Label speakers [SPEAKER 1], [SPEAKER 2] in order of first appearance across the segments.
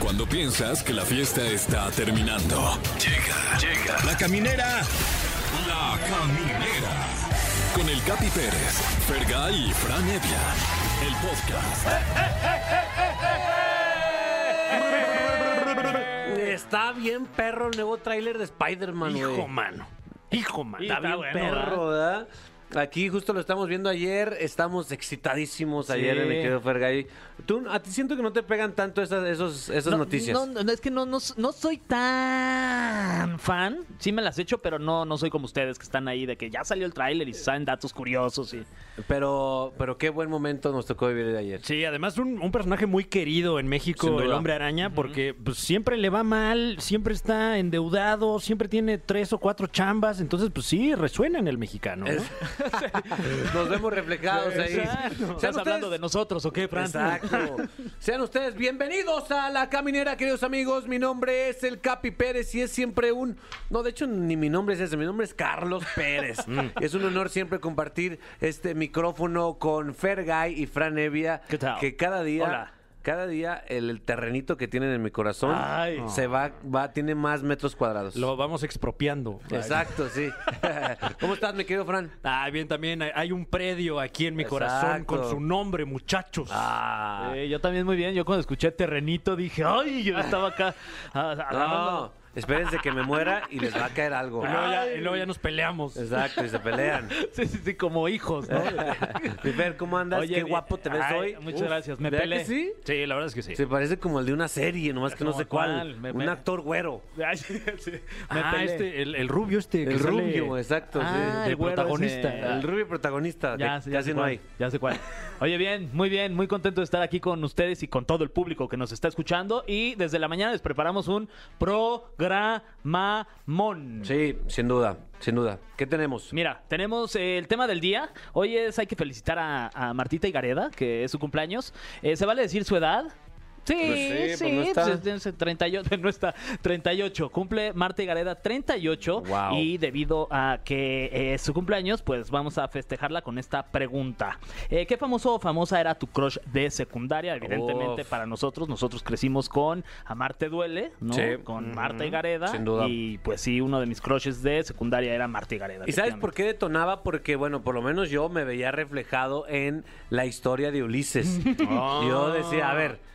[SPEAKER 1] Cuando piensas que la fiesta está terminando. Llega, llega. La caminera. La caminera. Con el Capi Pérez, Fergay y Fran Evia. El podcast.
[SPEAKER 2] Está bien perro el nuevo tráiler de Spider-Man, güey.
[SPEAKER 3] Hijo mano. Hijo mano.
[SPEAKER 2] Está bien perro, ¿verdad? Aquí justo lo estamos viendo ayer, estamos excitadísimos ayer
[SPEAKER 3] Sí.
[SPEAKER 2] en el querido Fergay. Tú, a ti siento que no te pegan tanto esas, esos, esas
[SPEAKER 3] No,
[SPEAKER 2] noticias.
[SPEAKER 3] No, no, es que no, no, no soy tan fan. Sí me las echo, pero no, no soy como ustedes que están ahí de que ya salió el tráiler y saben datos curiosos. Y...
[SPEAKER 2] Pero, pero qué buen momento nos tocó vivir de ayer.
[SPEAKER 4] Sí, además un, un personaje muy querido en
[SPEAKER 2] Sin
[SPEAKER 4] México,
[SPEAKER 2] duda.
[SPEAKER 4] el hombre araña, porque pues, siempre le va mal, siempre está endeudado, siempre tiene tres o cuatro chambas, entonces pues sí, resuena en el mexicano. ¿no?
[SPEAKER 2] Nos vemos reflejados ahí. Sean
[SPEAKER 3] ¿Estás hablando
[SPEAKER 2] ustedes-
[SPEAKER 3] de nosotros o qué, Fran?
[SPEAKER 2] Exacto. Sean ustedes bienvenidos a La Caminera, queridos amigos. Mi nombre es el Capi Pérez y es siempre un... No, de hecho, ni mi nombre es ese. Mi nombre es Carlos Pérez.
[SPEAKER 4] Mm.
[SPEAKER 2] es un honor siempre compartir este micrófono con Fergay y Fran Evia.
[SPEAKER 4] ¿Qué tal?
[SPEAKER 2] Que cada día...
[SPEAKER 4] Hola.
[SPEAKER 2] Cada día el, el terrenito que tienen en mi corazón
[SPEAKER 4] Ay.
[SPEAKER 2] se va, va, tiene más metros cuadrados.
[SPEAKER 4] Lo vamos expropiando.
[SPEAKER 2] Exacto, sí. ¿Cómo estás, mi querido Fran?
[SPEAKER 4] Ah, bien, también hay- hay un predio aquí en mi corazón
[SPEAKER 2] Exacto.
[SPEAKER 4] con su nombre, muchachos.
[SPEAKER 2] Ah.
[SPEAKER 3] Eh, yo también muy bien. Yo cuando escuché Terrenito dije, ay, yo estaba acá. ah, agarrando-
[SPEAKER 2] No, espérense que me muera y les va a caer algo.
[SPEAKER 4] Y luego ya, y luego ya nos peleamos.
[SPEAKER 2] Exacto, y se pelean.
[SPEAKER 3] Sí, sí, sí, como hijos, ¿no?
[SPEAKER 2] Mi Fer, ¿cómo andas? Qué
[SPEAKER 3] mi-
[SPEAKER 2] guapo te ves
[SPEAKER 3] ay,
[SPEAKER 2] hoy.
[SPEAKER 3] Muchas gracias. Me
[SPEAKER 2] ¿verdad
[SPEAKER 3] peleé.
[SPEAKER 2] que sí?
[SPEAKER 4] Sí, la verdad es que sí.
[SPEAKER 2] Se parece como el de una serie, nomás que no
[SPEAKER 3] Como
[SPEAKER 2] sé cuál.
[SPEAKER 3] cuál, me-
[SPEAKER 2] Un
[SPEAKER 3] me-
[SPEAKER 2] actor güero.
[SPEAKER 3] Ay, sí, sí, Me
[SPEAKER 4] Ah,
[SPEAKER 3] peleé.
[SPEAKER 4] este, el, el rubio este. que
[SPEAKER 2] El
[SPEAKER 4] sale-
[SPEAKER 2] rubio, exacto.
[SPEAKER 3] Ah,
[SPEAKER 2] sí.
[SPEAKER 4] el
[SPEAKER 3] el güero
[SPEAKER 4] protagonista.
[SPEAKER 3] ese.
[SPEAKER 2] El rubio protagonista, que
[SPEAKER 3] sé,
[SPEAKER 2] casi
[SPEAKER 3] sé
[SPEAKER 2] no
[SPEAKER 3] cuál,
[SPEAKER 2] hay.
[SPEAKER 3] Ya sé cuál. Oye, bien, muy bien, muy contento de estar aquí con ustedes y con todo el público que nos está escuchando. Y desde la mañana les preparamos un programamón.
[SPEAKER 2] Sí, sin duda, sin duda. ¿Qué tenemos?
[SPEAKER 3] Mira, tenemos eh, el tema del día. Hoy es, hay que felicitar a, a Martita Gareda, que es su cumpleaños. Eh, ¿Se vale decir su edad? Sí,
[SPEAKER 2] Pues sí,
[SPEAKER 3] sí,
[SPEAKER 2] pues no está.
[SPEAKER 3] pues es de 38, no está, 38. Cumple Marta Gareda 38
[SPEAKER 2] Wow.
[SPEAKER 3] y debido a que eh, es su cumpleaños, pues vamos a festejarla con esta pregunta. Eh, ¿Qué famoso o famosa era tu crush de secundaria? Evidentemente
[SPEAKER 2] Uf.
[SPEAKER 3] para nosotros, nosotros crecimos con Amarte Duele, ¿no?
[SPEAKER 2] Sí.
[SPEAKER 3] Con Marta y Gareda.
[SPEAKER 2] Sin duda.
[SPEAKER 3] Y pues sí, uno de mis crushes de secundaria era Marta y Gareda.
[SPEAKER 2] ¿Y sabes por qué detonaba? Porque, bueno, por lo menos yo me veía reflejado en la historia de Ulises.
[SPEAKER 4] Ah.
[SPEAKER 2] Yo decía, a ver,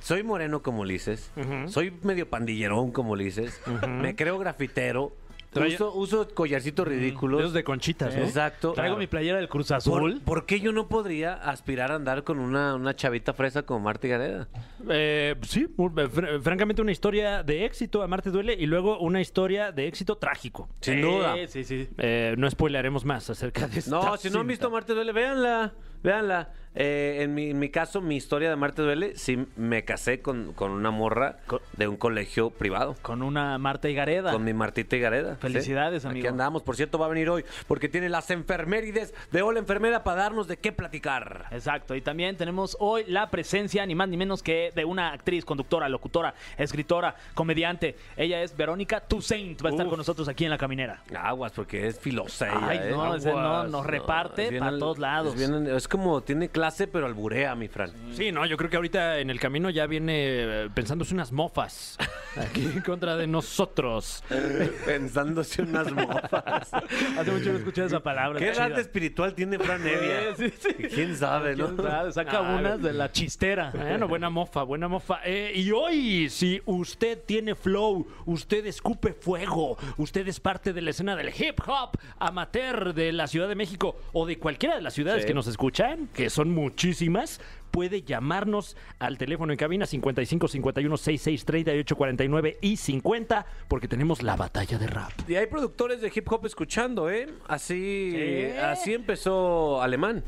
[SPEAKER 2] soy moreno como Ulises, soy medio pandillerón como Ulises, me creo grafitero,
[SPEAKER 4] Trae-
[SPEAKER 2] uso, uso collarcitos ridículos.
[SPEAKER 4] Esos de conchitas, ¿no?
[SPEAKER 2] Exacto.
[SPEAKER 3] Traigo
[SPEAKER 2] Claro.
[SPEAKER 3] mi playera del Cruz Azul.
[SPEAKER 2] ¿Por, por qué yo no podría aspirar a andar con una, una chavita fresa como Marta y Gareda?
[SPEAKER 4] Eh, sí, un- eh, fr- eh, francamente una historia de éxito, Amarte Duele, y luego una historia de éxito trágico.
[SPEAKER 2] Sin duda.
[SPEAKER 3] Sí, sí.
[SPEAKER 4] Eh, no spoilearemos más acerca de esta
[SPEAKER 2] No, si no han
[SPEAKER 4] cinta.
[SPEAKER 2] visto Marte Duele, véanla, véanla. Eh, en, mi, en mi caso, mi historia de Marte Duele, sí me casé con, con una morra
[SPEAKER 3] Con-
[SPEAKER 2] de un colegio privado.
[SPEAKER 3] Con una Marta y Gareda.
[SPEAKER 2] Con mi Martita y Gareda.
[SPEAKER 3] Ah. Felicidades,
[SPEAKER 2] Sí. Aquí
[SPEAKER 3] amigo.
[SPEAKER 2] andamos. Por cierto, va a venir hoy porque tiene las enfermerides de Hola Enfermera para darnos de qué platicar.
[SPEAKER 3] Exacto, y también tenemos hoy la presencia, ni más ni menos que de una actriz, conductora, locutora, escritora, comediante. Ella es Verónica Toussaint, va a estar
[SPEAKER 4] Uf.
[SPEAKER 3] con nosotros aquí en la caminera.
[SPEAKER 2] Aguas, porque es filosa ella,
[SPEAKER 3] Ay,
[SPEAKER 2] ¿eh?
[SPEAKER 3] no, es de- no,
[SPEAKER 2] Aguas,
[SPEAKER 3] nos reparte
[SPEAKER 2] es bien
[SPEAKER 3] para
[SPEAKER 2] al-
[SPEAKER 3] todos lados.
[SPEAKER 2] Es, bien- es como tiene clase, pero alburea, mi Fran.
[SPEAKER 4] Sí, no, yo creo que ahorita en el camino ya viene eh, pensándose unas mofas aquí en contra de nosotros.
[SPEAKER 2] Pensándose unas mofas.
[SPEAKER 3] Hace mucho no escuché esa palabra.
[SPEAKER 2] ¿Qué
[SPEAKER 3] está
[SPEAKER 2] edad
[SPEAKER 3] chida.
[SPEAKER 2] espiritual tiene Fran Evia?
[SPEAKER 3] Sí, sí, sí.
[SPEAKER 2] ¿Quién sabe, no?
[SPEAKER 3] ¿Quién sabe? Saca
[SPEAKER 4] Ah,
[SPEAKER 3] unas de la chistera.
[SPEAKER 4] Bueno, buena mofa, buena mofa. Eh, y hoy, si usted tiene flow, usted escupe fuego, usted es parte de la escena del hip hop amateur de la Ciudad de México o de cualquiera de las ciudades
[SPEAKER 2] Sí.
[SPEAKER 4] que nos escuchan, que son muchísimas, puede llamarnos al teléfono en cabina 55 51 66 38 49 y 50 porque tenemos la batalla de rap.
[SPEAKER 2] Y hay productores de hip hop escuchando, ¿eh? Así,
[SPEAKER 3] Sí.
[SPEAKER 2] así empezó Alemán,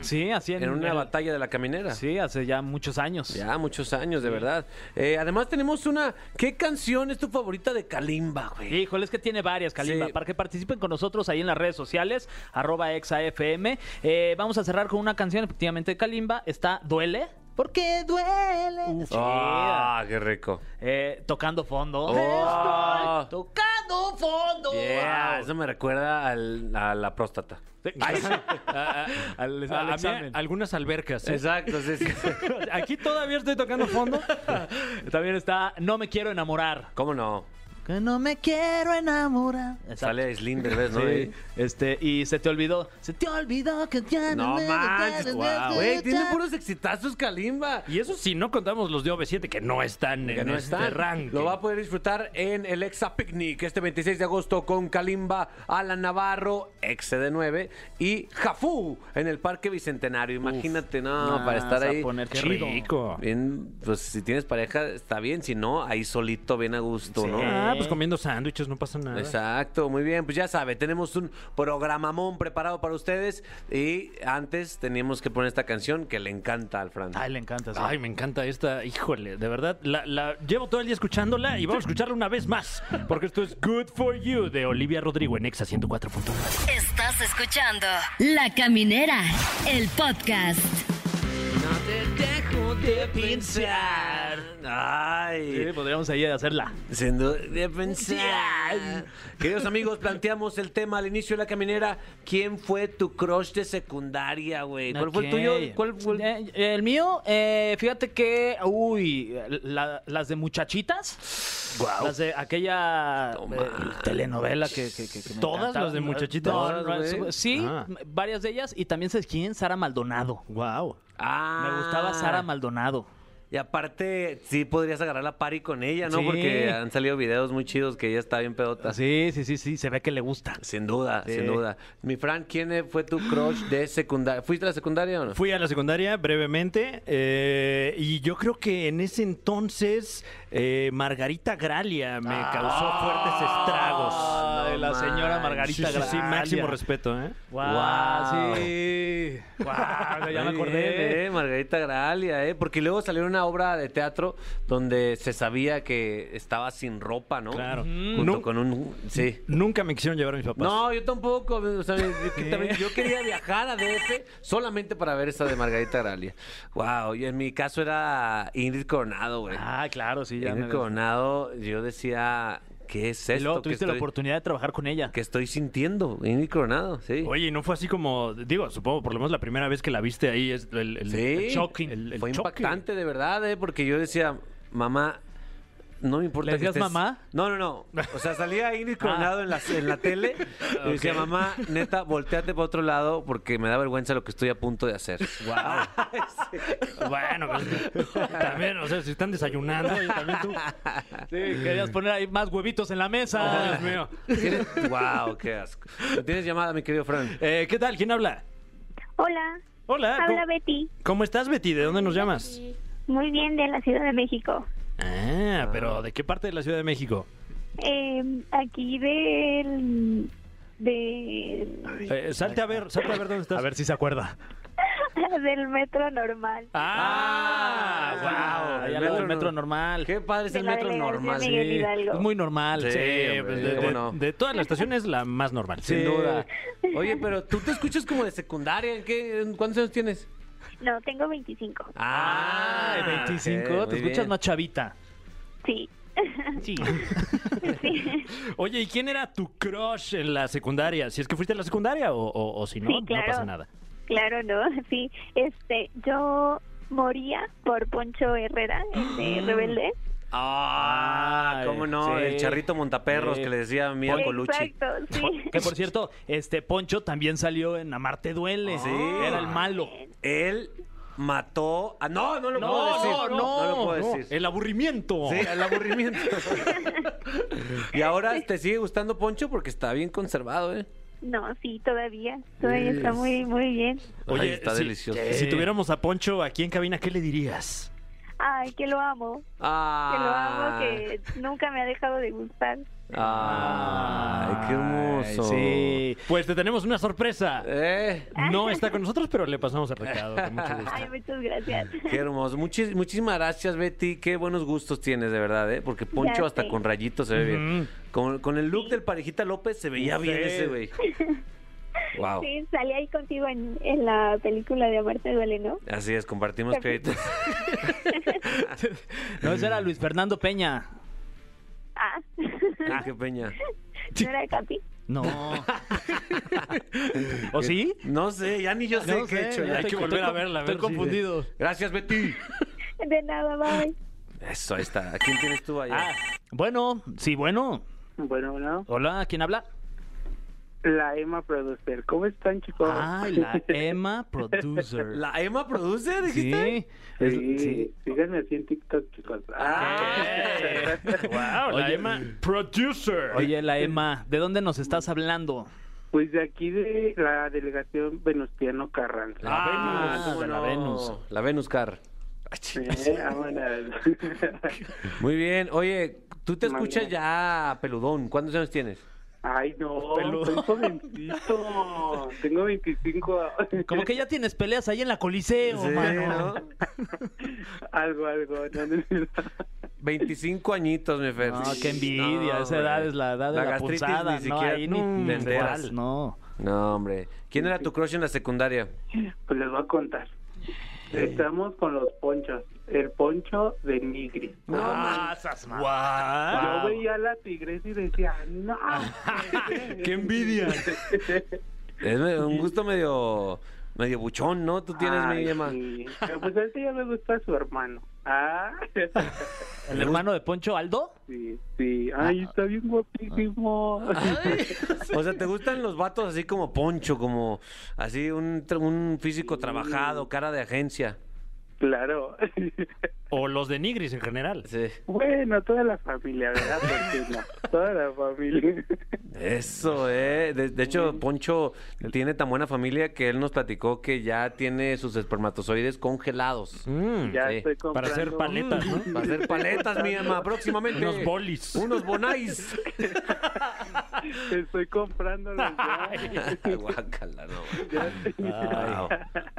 [SPEAKER 3] Sí, así en,
[SPEAKER 2] Mm. en una
[SPEAKER 3] el-
[SPEAKER 2] batalla de la caminera.
[SPEAKER 3] Sí, hace ya muchos años.
[SPEAKER 2] Ya, muchos años, de verdad. Eh, además tenemos una... ¿Qué canción es tu favorita de Kalimba, güey?
[SPEAKER 3] Híjole, es que tiene varias, Kalimba.
[SPEAKER 2] Sí.
[SPEAKER 3] Para que participen con nosotros ahí en las redes sociales, arroba exafm. Eh, vamos a cerrar con una canción, efectivamente, de Kalimba. Está Duele. Porque duele. Chida.
[SPEAKER 2] Ah, qué rico.
[SPEAKER 3] Eh, tocando fondo.
[SPEAKER 2] Oh.
[SPEAKER 3] Estoy tocando tocando fondo.
[SPEAKER 2] Yeah, Eso me recuerda al- a la próstata.
[SPEAKER 4] Ay, sí. A- a-
[SPEAKER 2] Al-
[SPEAKER 4] a- a
[SPEAKER 2] al
[SPEAKER 4] mí,
[SPEAKER 2] examen.
[SPEAKER 4] algunas albercas. ¿eh?
[SPEAKER 2] Exacto, sí, sí.
[SPEAKER 4] Aquí todavía estoy tocando fondo.
[SPEAKER 3] También está No me quiero enamorar.
[SPEAKER 2] ¿Cómo no?
[SPEAKER 3] Que no me quiero enamorar. Exacto.
[SPEAKER 2] Sale Slinder, ¿ves? ¿no?
[SPEAKER 3] Sí, este, y se te olvidó. Se te olvidó que ya
[SPEAKER 2] No
[SPEAKER 3] me-
[SPEAKER 2] manches,
[SPEAKER 3] Guau.
[SPEAKER 2] güey, tiene puros exitazos Kalimba.
[SPEAKER 4] Y eso si no contamos los de OV7 que no están
[SPEAKER 2] Que
[SPEAKER 4] en
[SPEAKER 2] no
[SPEAKER 4] este
[SPEAKER 2] están.
[SPEAKER 4] ranking.
[SPEAKER 2] Lo va a poder disfrutar en el Exa Picnic este 26 de agosto con Kalimba, Alan Navarro, ex de 9 y Jafú en el Parque Bicentenario. Imagínate, no,
[SPEAKER 3] Ah,
[SPEAKER 2] para estar
[SPEAKER 3] se va a
[SPEAKER 2] ahí.
[SPEAKER 3] poner
[SPEAKER 4] Qué
[SPEAKER 3] chido.
[SPEAKER 4] rico.
[SPEAKER 2] Bien, pues si tienes pareja está bien, si no, ahí solito, bien a gusto, ¿no?
[SPEAKER 4] Ah, pues comiendo sándwiches no pasa nada.
[SPEAKER 2] Exacto, muy bien, pues ya sabe, tenemos un programamón preparado para ustedes y antes teníamos que poner esta canción que le encanta al Fran.
[SPEAKER 3] Ay, le encanta. sí.
[SPEAKER 4] Ay, me encanta esta, híjole, de verdad, la, la- llevo todo el día escuchándola y vamos a escucharla una vez más, porque esto es Good For You de Olivia Rodrigo en Exa 104.1.
[SPEAKER 5] Estás escuchando La Caminera, el podcast.
[SPEAKER 2] pensar. Ay.
[SPEAKER 3] Sí, podríamos ahí hacerla.
[SPEAKER 2] Siendo de pensar. Queridos amigos, planteamos el tema al inicio de la caminera. ¿Quién fue tu crush de secundaria, güey? ¿Cuál fue el tuyo?
[SPEAKER 3] Ok.
[SPEAKER 2] ¿Cuál fue el-
[SPEAKER 3] Eh, el mío, eh, fíjate que, uy, la- las de muchachitas. Las de aquella
[SPEAKER 2] No
[SPEAKER 3] eh,
[SPEAKER 2] manches.
[SPEAKER 3] telenovela que, que- que- que me
[SPEAKER 4] ¿Todas
[SPEAKER 3] encantaba.
[SPEAKER 4] las de muchachitas?
[SPEAKER 3] No,
[SPEAKER 2] Todas,
[SPEAKER 3] no,
[SPEAKER 2] güey.
[SPEAKER 3] sí,
[SPEAKER 4] Ah.
[SPEAKER 3] varias de ellas. Y también, ¿sabes quién? Sara Maldonado.
[SPEAKER 4] Wow.
[SPEAKER 2] Ah.
[SPEAKER 3] Me gustaba Sara Maldonado.
[SPEAKER 2] Y aparte, sí podrías agarrar la pari con ella, ¿no?
[SPEAKER 3] Sí.
[SPEAKER 2] Porque han salido videos muy chidos que ella está bien pedota.
[SPEAKER 3] Sí, sí, sí, sí, se ve que le gusta.
[SPEAKER 2] Sin duda,
[SPEAKER 3] Sí.
[SPEAKER 2] sin duda. Mi Fran, ¿quién eh, fue tu crush de secundaria? ¿Fuiste a la secundaria o no?
[SPEAKER 4] Fui a la secundaria brevemente eh, y yo creo que en ese entonces eh, Margarita Gralia me causó fuertes estragos.
[SPEAKER 3] Ah, de la
[SPEAKER 2] no
[SPEAKER 3] señora
[SPEAKER 2] manches.
[SPEAKER 3] Margarita
[SPEAKER 4] Sí, sí, sí, máximo
[SPEAKER 3] respeto.
[SPEAKER 4] respeto, ¿eh?
[SPEAKER 3] Wow, sí. Wow, Ah, ya me
[SPEAKER 2] Muy
[SPEAKER 3] acordé.
[SPEAKER 2] bien, eh, Margarita Gralia, ¿eh? Porque luego salió una obra de teatro donde se sabía que estaba sin ropa, ¿no?
[SPEAKER 4] Claro. Ujú.
[SPEAKER 2] Junto
[SPEAKER 4] No-
[SPEAKER 2] con un. Sí.
[SPEAKER 4] Nunca me quisieron llevar a mis papás.
[SPEAKER 2] No, yo tampoco. o sea, yo, que también- yo quería viajar a DF solamente para ver esa de Margarita Gralia. Wow, y en mi caso era Ingrid Coronado, güey.
[SPEAKER 3] Ah, claro, sí, ya. me
[SPEAKER 2] Ingrid
[SPEAKER 3] ves.
[SPEAKER 2] Coronado, yo decía, ¿qué es
[SPEAKER 3] Y
[SPEAKER 2] esto?
[SPEAKER 3] luego
[SPEAKER 2] que
[SPEAKER 3] tuviste la
[SPEAKER 2] estoy-
[SPEAKER 3] oportunidad de trabajar con ella.
[SPEAKER 2] que estoy sintiendo, Ingrid Coronado, sí.
[SPEAKER 4] Oye, ¿y no fue así como, digo, supongo, por lo menos la primera vez que la viste ahí es el, el-
[SPEAKER 2] Sí.
[SPEAKER 4] el shocking. El, el
[SPEAKER 2] Fue
[SPEAKER 4] choque.
[SPEAKER 2] impactante, de verdad, ¿eh? porque yo decía, mamá, no me importa.
[SPEAKER 3] ¿Le
[SPEAKER 2] que
[SPEAKER 3] decías
[SPEAKER 2] estés-
[SPEAKER 3] mamá? Ah.
[SPEAKER 2] No, no, no. O sea, salía Ingrid Coronado en, la, en la tele y yo decía, mamá, neta, volteate para otro lado porque me da vergüenza lo que estoy a punto de hacer.
[SPEAKER 4] Bueno, pues, también, o sea, si están desayunando, oye, también tú.
[SPEAKER 3] Sí, querías poner ahí más huevitos en la
[SPEAKER 4] Oh, Dios
[SPEAKER 2] Ah.
[SPEAKER 3] mesa.
[SPEAKER 4] mío.
[SPEAKER 2] wow, qué asco. Tienes llamada, mi querido Fran.
[SPEAKER 4] Eh, ¿Qué tal? ¿Quién habla?
[SPEAKER 6] Hola,
[SPEAKER 4] Hola.
[SPEAKER 6] habla
[SPEAKER 4] Ah, ¿cómo-
[SPEAKER 6] Betty.
[SPEAKER 4] ¿Cómo estás, Betty? ¿De dónde nos llamas?
[SPEAKER 6] Muy bien, de la Ciudad de México.
[SPEAKER 4] Ah, pero ¿de qué parte de la Ciudad de México?
[SPEAKER 6] Eh, aquí del... De,
[SPEAKER 4] Eh, salte a ver, salte a ver dónde estás.
[SPEAKER 3] A ver si se acuerda.
[SPEAKER 6] del metro normal.
[SPEAKER 4] Ah,
[SPEAKER 2] Ah,
[SPEAKER 4] wow.
[SPEAKER 3] Ahí
[SPEAKER 2] el
[SPEAKER 3] al lado del
[SPEAKER 2] metro
[SPEAKER 3] metro
[SPEAKER 2] nor-
[SPEAKER 3] normal.
[SPEAKER 2] Qué padre es
[SPEAKER 6] de
[SPEAKER 2] el
[SPEAKER 6] la
[SPEAKER 2] metro
[SPEAKER 6] delegación
[SPEAKER 2] normal.
[SPEAKER 6] Miguel
[SPEAKER 2] sí.
[SPEAKER 6] Hidalgo.
[SPEAKER 3] Es muy normal.
[SPEAKER 2] Sí,
[SPEAKER 4] Sí, pues, de,
[SPEAKER 2] ¿Cómo
[SPEAKER 4] de-
[SPEAKER 2] no?
[SPEAKER 4] de todas las estaciones la más normal.
[SPEAKER 2] Sin duda. Oye, pero tú te escuchas como de secundaria. ¿En qué? en ¿Cuántos años tienes?
[SPEAKER 6] No, tengo 25.
[SPEAKER 2] Ah,
[SPEAKER 3] Ay, 25,
[SPEAKER 2] ok,
[SPEAKER 3] te
[SPEAKER 2] muy
[SPEAKER 3] escuchas
[SPEAKER 2] bien.
[SPEAKER 3] más chavita.
[SPEAKER 6] Sí.
[SPEAKER 3] Sí.
[SPEAKER 6] sí.
[SPEAKER 4] Oye, ¿y quién era tu crush en la secundaria? Si es que fuiste a la secundaria o, o- o si no,
[SPEAKER 6] Sí, claro.
[SPEAKER 4] no pasa nada.
[SPEAKER 6] Claro, ¿no? Sí. Este, yo moría por Poncho Herrera, el de Rebelde.
[SPEAKER 2] Ah,
[SPEAKER 3] Ay,
[SPEAKER 2] cómo no,
[SPEAKER 3] sí.
[SPEAKER 2] el charrito montaperros
[SPEAKER 3] Sí.
[SPEAKER 2] que le decía Mía Colucci.
[SPEAKER 6] Exacto, sí.
[SPEAKER 3] Que por cierto, este Poncho también salió en Amarte Duele.
[SPEAKER 2] Sí.
[SPEAKER 3] Era el malo.
[SPEAKER 2] Él mató a... No, no lo puedo decir. lo puedo decir.
[SPEAKER 4] El aburrimiento.
[SPEAKER 2] Sí, el aburrimiento. y ahora te sigue gustando Poncho porque está bien conservado, ¿eh?
[SPEAKER 6] No, sí, todavía. Todavía está muy, muy bien.
[SPEAKER 2] Ay, está delicioso.
[SPEAKER 4] Si tuviéramos a Poncho aquí en cabina, ¿qué le dirías?
[SPEAKER 6] Ay, que lo amo. Que lo amo,
[SPEAKER 2] Ah,
[SPEAKER 6] que nunca me ha dejado de gustar.
[SPEAKER 2] Ay, qué hermoso.
[SPEAKER 3] Sí.
[SPEAKER 4] Pues te tenemos una sorpresa.
[SPEAKER 2] Eh,
[SPEAKER 4] No está con nosotros, pero le pasamos el recado. Con mucho gusto.
[SPEAKER 6] Ay, muchas gracias.
[SPEAKER 2] qué hermoso. Muchis- muchísimas gracias, Betty. Qué buenos gustos tienes, de verdad, ¿eh? Porque Poncho
[SPEAKER 6] Ya
[SPEAKER 2] hasta
[SPEAKER 6] sé.
[SPEAKER 2] con rayitos se ve bien.
[SPEAKER 4] Ujú.
[SPEAKER 2] Con, con el look del parejita López se veía bien
[SPEAKER 4] Sí.
[SPEAKER 2] ese, güey. Wow.
[SPEAKER 6] Sí, salí ahí contigo en, en la película de Amarte Duele, ¿no?
[SPEAKER 2] Así es, compartimos créditos.
[SPEAKER 3] No, ese era Luis Fernando Peña.
[SPEAKER 6] Ah,
[SPEAKER 2] Enrique Peña.
[SPEAKER 6] ¿No era Capi?
[SPEAKER 3] No. ¿O sí?
[SPEAKER 2] No sé, ya ni yo sé
[SPEAKER 3] No
[SPEAKER 2] qué
[SPEAKER 3] sé,
[SPEAKER 2] he hecho.
[SPEAKER 3] ya
[SPEAKER 2] ya.
[SPEAKER 4] Hay que
[SPEAKER 3] estoy-
[SPEAKER 4] volver
[SPEAKER 3] estoy
[SPEAKER 4] a verla, a
[SPEAKER 3] Estoy
[SPEAKER 4] ver si-
[SPEAKER 3] confundido.
[SPEAKER 2] Gracias, Betty.
[SPEAKER 6] De nada, bye.
[SPEAKER 2] Eso, ahí está. ¿A quién tienes tú allá?
[SPEAKER 3] Ah, bueno, sí, bueno.
[SPEAKER 7] Bueno, bueno,
[SPEAKER 3] Hola, ¿quién habla?
[SPEAKER 7] la Emma Producer. ¿Cómo están, chicos?
[SPEAKER 3] Ay, Ah, la Emma Producer.
[SPEAKER 2] ¿La Emma Producer, dijiste?
[SPEAKER 3] Sí.
[SPEAKER 7] Sí, síganme así en TikTok, chicos. Ah,
[SPEAKER 4] Eh,
[SPEAKER 2] Ah.
[SPEAKER 4] wow, la
[SPEAKER 3] Oye.
[SPEAKER 4] Emma Producer.
[SPEAKER 3] Oye, la Emma, ¿de dónde nos estás hablando?
[SPEAKER 7] Pues de aquí de la delegación Venustiano Carranza.
[SPEAKER 2] La
[SPEAKER 3] Ah,
[SPEAKER 2] Venus. ¿cómo
[SPEAKER 3] de la
[SPEAKER 2] no?
[SPEAKER 3] Venus.
[SPEAKER 2] La Venus Car.
[SPEAKER 7] Eh, vámonos.
[SPEAKER 2] Muy bien. Oye, tú te
[SPEAKER 7] Mande.
[SPEAKER 2] escuchas ya peludón. ¿Cuántos años tienes?
[SPEAKER 7] Ay, no,
[SPEAKER 4] Peludo.
[SPEAKER 7] soy jovencito. Tengo 25.
[SPEAKER 3] Como que ya tienes peleas ahí en la Coliseo, mano.
[SPEAKER 2] ¿no?
[SPEAKER 7] Algo, algo. No, no, no.
[SPEAKER 2] 25 añitos, mi Fer.
[SPEAKER 3] No, Ah, qué envidia.
[SPEAKER 2] No,
[SPEAKER 3] Esa edad
[SPEAKER 2] güey.
[SPEAKER 3] es la edad de la,
[SPEAKER 2] gastritis
[SPEAKER 3] punzada.
[SPEAKER 2] Ni
[SPEAKER 3] no,
[SPEAKER 2] siquiera Mm,
[SPEAKER 3] ahí ni
[SPEAKER 2] te
[SPEAKER 3] ni
[SPEAKER 2] enteras.
[SPEAKER 3] cuál, No.
[SPEAKER 2] No, hombre. ¿Quién era tu crush en la secundaria?
[SPEAKER 7] Pues les voy a contar. Estamos con los ponchos. El poncho de Nigri.
[SPEAKER 3] Ah, esas
[SPEAKER 4] Wow.
[SPEAKER 7] Yo veía a la tigresa y decía, no.
[SPEAKER 4] ¡Qué envidia!
[SPEAKER 2] Es me- un gusto medio medio buchón, ¿no? Tú tienes
[SPEAKER 7] Ay,
[SPEAKER 2] mi Emma.
[SPEAKER 7] sí. Pero pues a este ya le gusta su hermano. Ah,
[SPEAKER 3] ¿El hermano de Poncho Aldo?
[SPEAKER 7] sí, sí.
[SPEAKER 4] Ah.
[SPEAKER 7] Ay, está bien guapísimo.
[SPEAKER 2] O sea, ¿te gustan los vatos así como poncho, como así un, tra- un físico trabajado, cara de agencia?
[SPEAKER 7] Claro.
[SPEAKER 4] O los de Nigris en general.
[SPEAKER 2] Sí.
[SPEAKER 7] Bueno, toda la familia, ¿verdad? ¿Por qué no? Toda la familia.
[SPEAKER 2] Eso, eh. De, de hecho, Poncho tiene tan buena familia que él nos platicó que ya tiene sus espermatozoides congelados.
[SPEAKER 7] Ya
[SPEAKER 2] Sí.
[SPEAKER 7] estoy comprando.
[SPEAKER 4] Para hacer paletas, ¿no?
[SPEAKER 2] Va a ser paletas, mi Emma, próximamente.
[SPEAKER 4] Unos bolis.
[SPEAKER 2] Unos bonais.
[SPEAKER 7] Estoy comprando los
[SPEAKER 2] Guácala, no. Wow.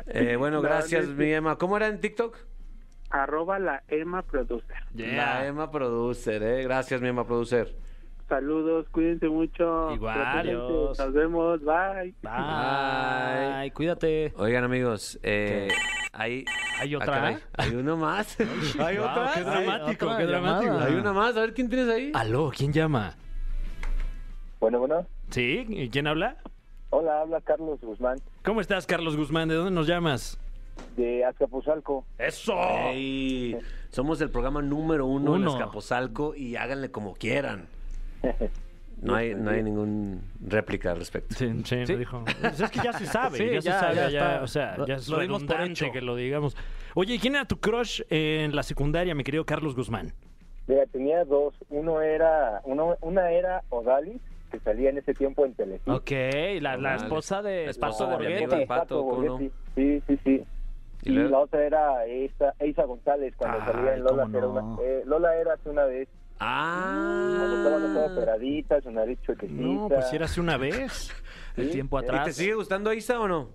[SPEAKER 2] Eh, bueno,
[SPEAKER 7] No,
[SPEAKER 2] gracias,
[SPEAKER 7] no,
[SPEAKER 2] mi Emma. ¿Cómo era en TikTok?
[SPEAKER 7] Arroba la Emma Producer.
[SPEAKER 2] La Emma Producer, eh. Gracias, mi Emma Producer.
[SPEAKER 7] Saludos, cuídense mucho.
[SPEAKER 4] Igual,
[SPEAKER 7] Protéjanse. Nos vemos, bye.
[SPEAKER 3] Bye. Cuídate.
[SPEAKER 2] Oigan, amigos, eh, hay...
[SPEAKER 3] ¿Hay otra?
[SPEAKER 2] Ah, caray, hay uno más. hay
[SPEAKER 3] Wow,
[SPEAKER 2] otra.
[SPEAKER 3] qué
[SPEAKER 2] Hay-
[SPEAKER 3] dramático,
[SPEAKER 4] otra
[SPEAKER 3] qué
[SPEAKER 4] llamada.
[SPEAKER 3] dramático.
[SPEAKER 2] Hay una más. A ver, ¿quién tienes ahí?
[SPEAKER 4] Aló, ¿quién llama?
[SPEAKER 8] Bueno, bueno.
[SPEAKER 4] ¿Sí? ¿Y ¿Quién habla?
[SPEAKER 8] Hola, habla Carlos Guzmán
[SPEAKER 4] ¿Cómo estás, Carlos Guzmán? ¿De dónde nos llamas?
[SPEAKER 8] de Azcapotzalco.
[SPEAKER 4] ¡Eso!
[SPEAKER 2] Ey, somos el programa número uno, en
[SPEAKER 4] Uno.
[SPEAKER 2] Escaposalco y háganle como quieran. No hay, no hay ningún réplica al respecto.
[SPEAKER 3] Sí,
[SPEAKER 4] Sí,
[SPEAKER 3] sí.
[SPEAKER 4] lo dijo. Pues es que ya se sabe,
[SPEAKER 3] Sí, ya,
[SPEAKER 4] ya, se sabe,
[SPEAKER 3] ya
[SPEAKER 4] ya,
[SPEAKER 3] está.
[SPEAKER 4] o sea,
[SPEAKER 3] Lo-
[SPEAKER 4] ya es
[SPEAKER 3] lo dimos por
[SPEAKER 4] redundante
[SPEAKER 3] hecho.
[SPEAKER 4] que lo digamos. Oye, ¿y quién era tu crush en la secundaria, mi querido Carlos Guzmán?
[SPEAKER 8] Mira, tenía dos. Uno era, uno, una era Odalis, que salía en ese tiempo en Telecinco.
[SPEAKER 3] Ok, la, la
[SPEAKER 2] Vale.
[SPEAKER 3] esposa de
[SPEAKER 2] La esposa
[SPEAKER 3] Pato
[SPEAKER 2] de mi amigo
[SPEAKER 3] Borghetti.
[SPEAKER 2] Ah, el Pato, ¿cómo no?
[SPEAKER 8] Borghetti. Sí, sí, sí.
[SPEAKER 2] Y
[SPEAKER 8] Y,
[SPEAKER 2] luego-
[SPEAKER 8] la otra era Eiza, Eiza González cuando
[SPEAKER 3] Ay,
[SPEAKER 8] salía en Lola.
[SPEAKER 3] cómo
[SPEAKER 8] Era
[SPEAKER 3] no.
[SPEAKER 8] una- eh, Lola era hace una vez. Cuando estaba toda
[SPEAKER 2] Ah.
[SPEAKER 8] operadita, su nariz chuequecita.
[SPEAKER 4] No, pues si era hace una vez.
[SPEAKER 3] El
[SPEAKER 8] Sí,
[SPEAKER 3] tiempo
[SPEAKER 8] sí.
[SPEAKER 2] ¿Y te
[SPEAKER 3] atrás.
[SPEAKER 2] sigue gustando Isa o no?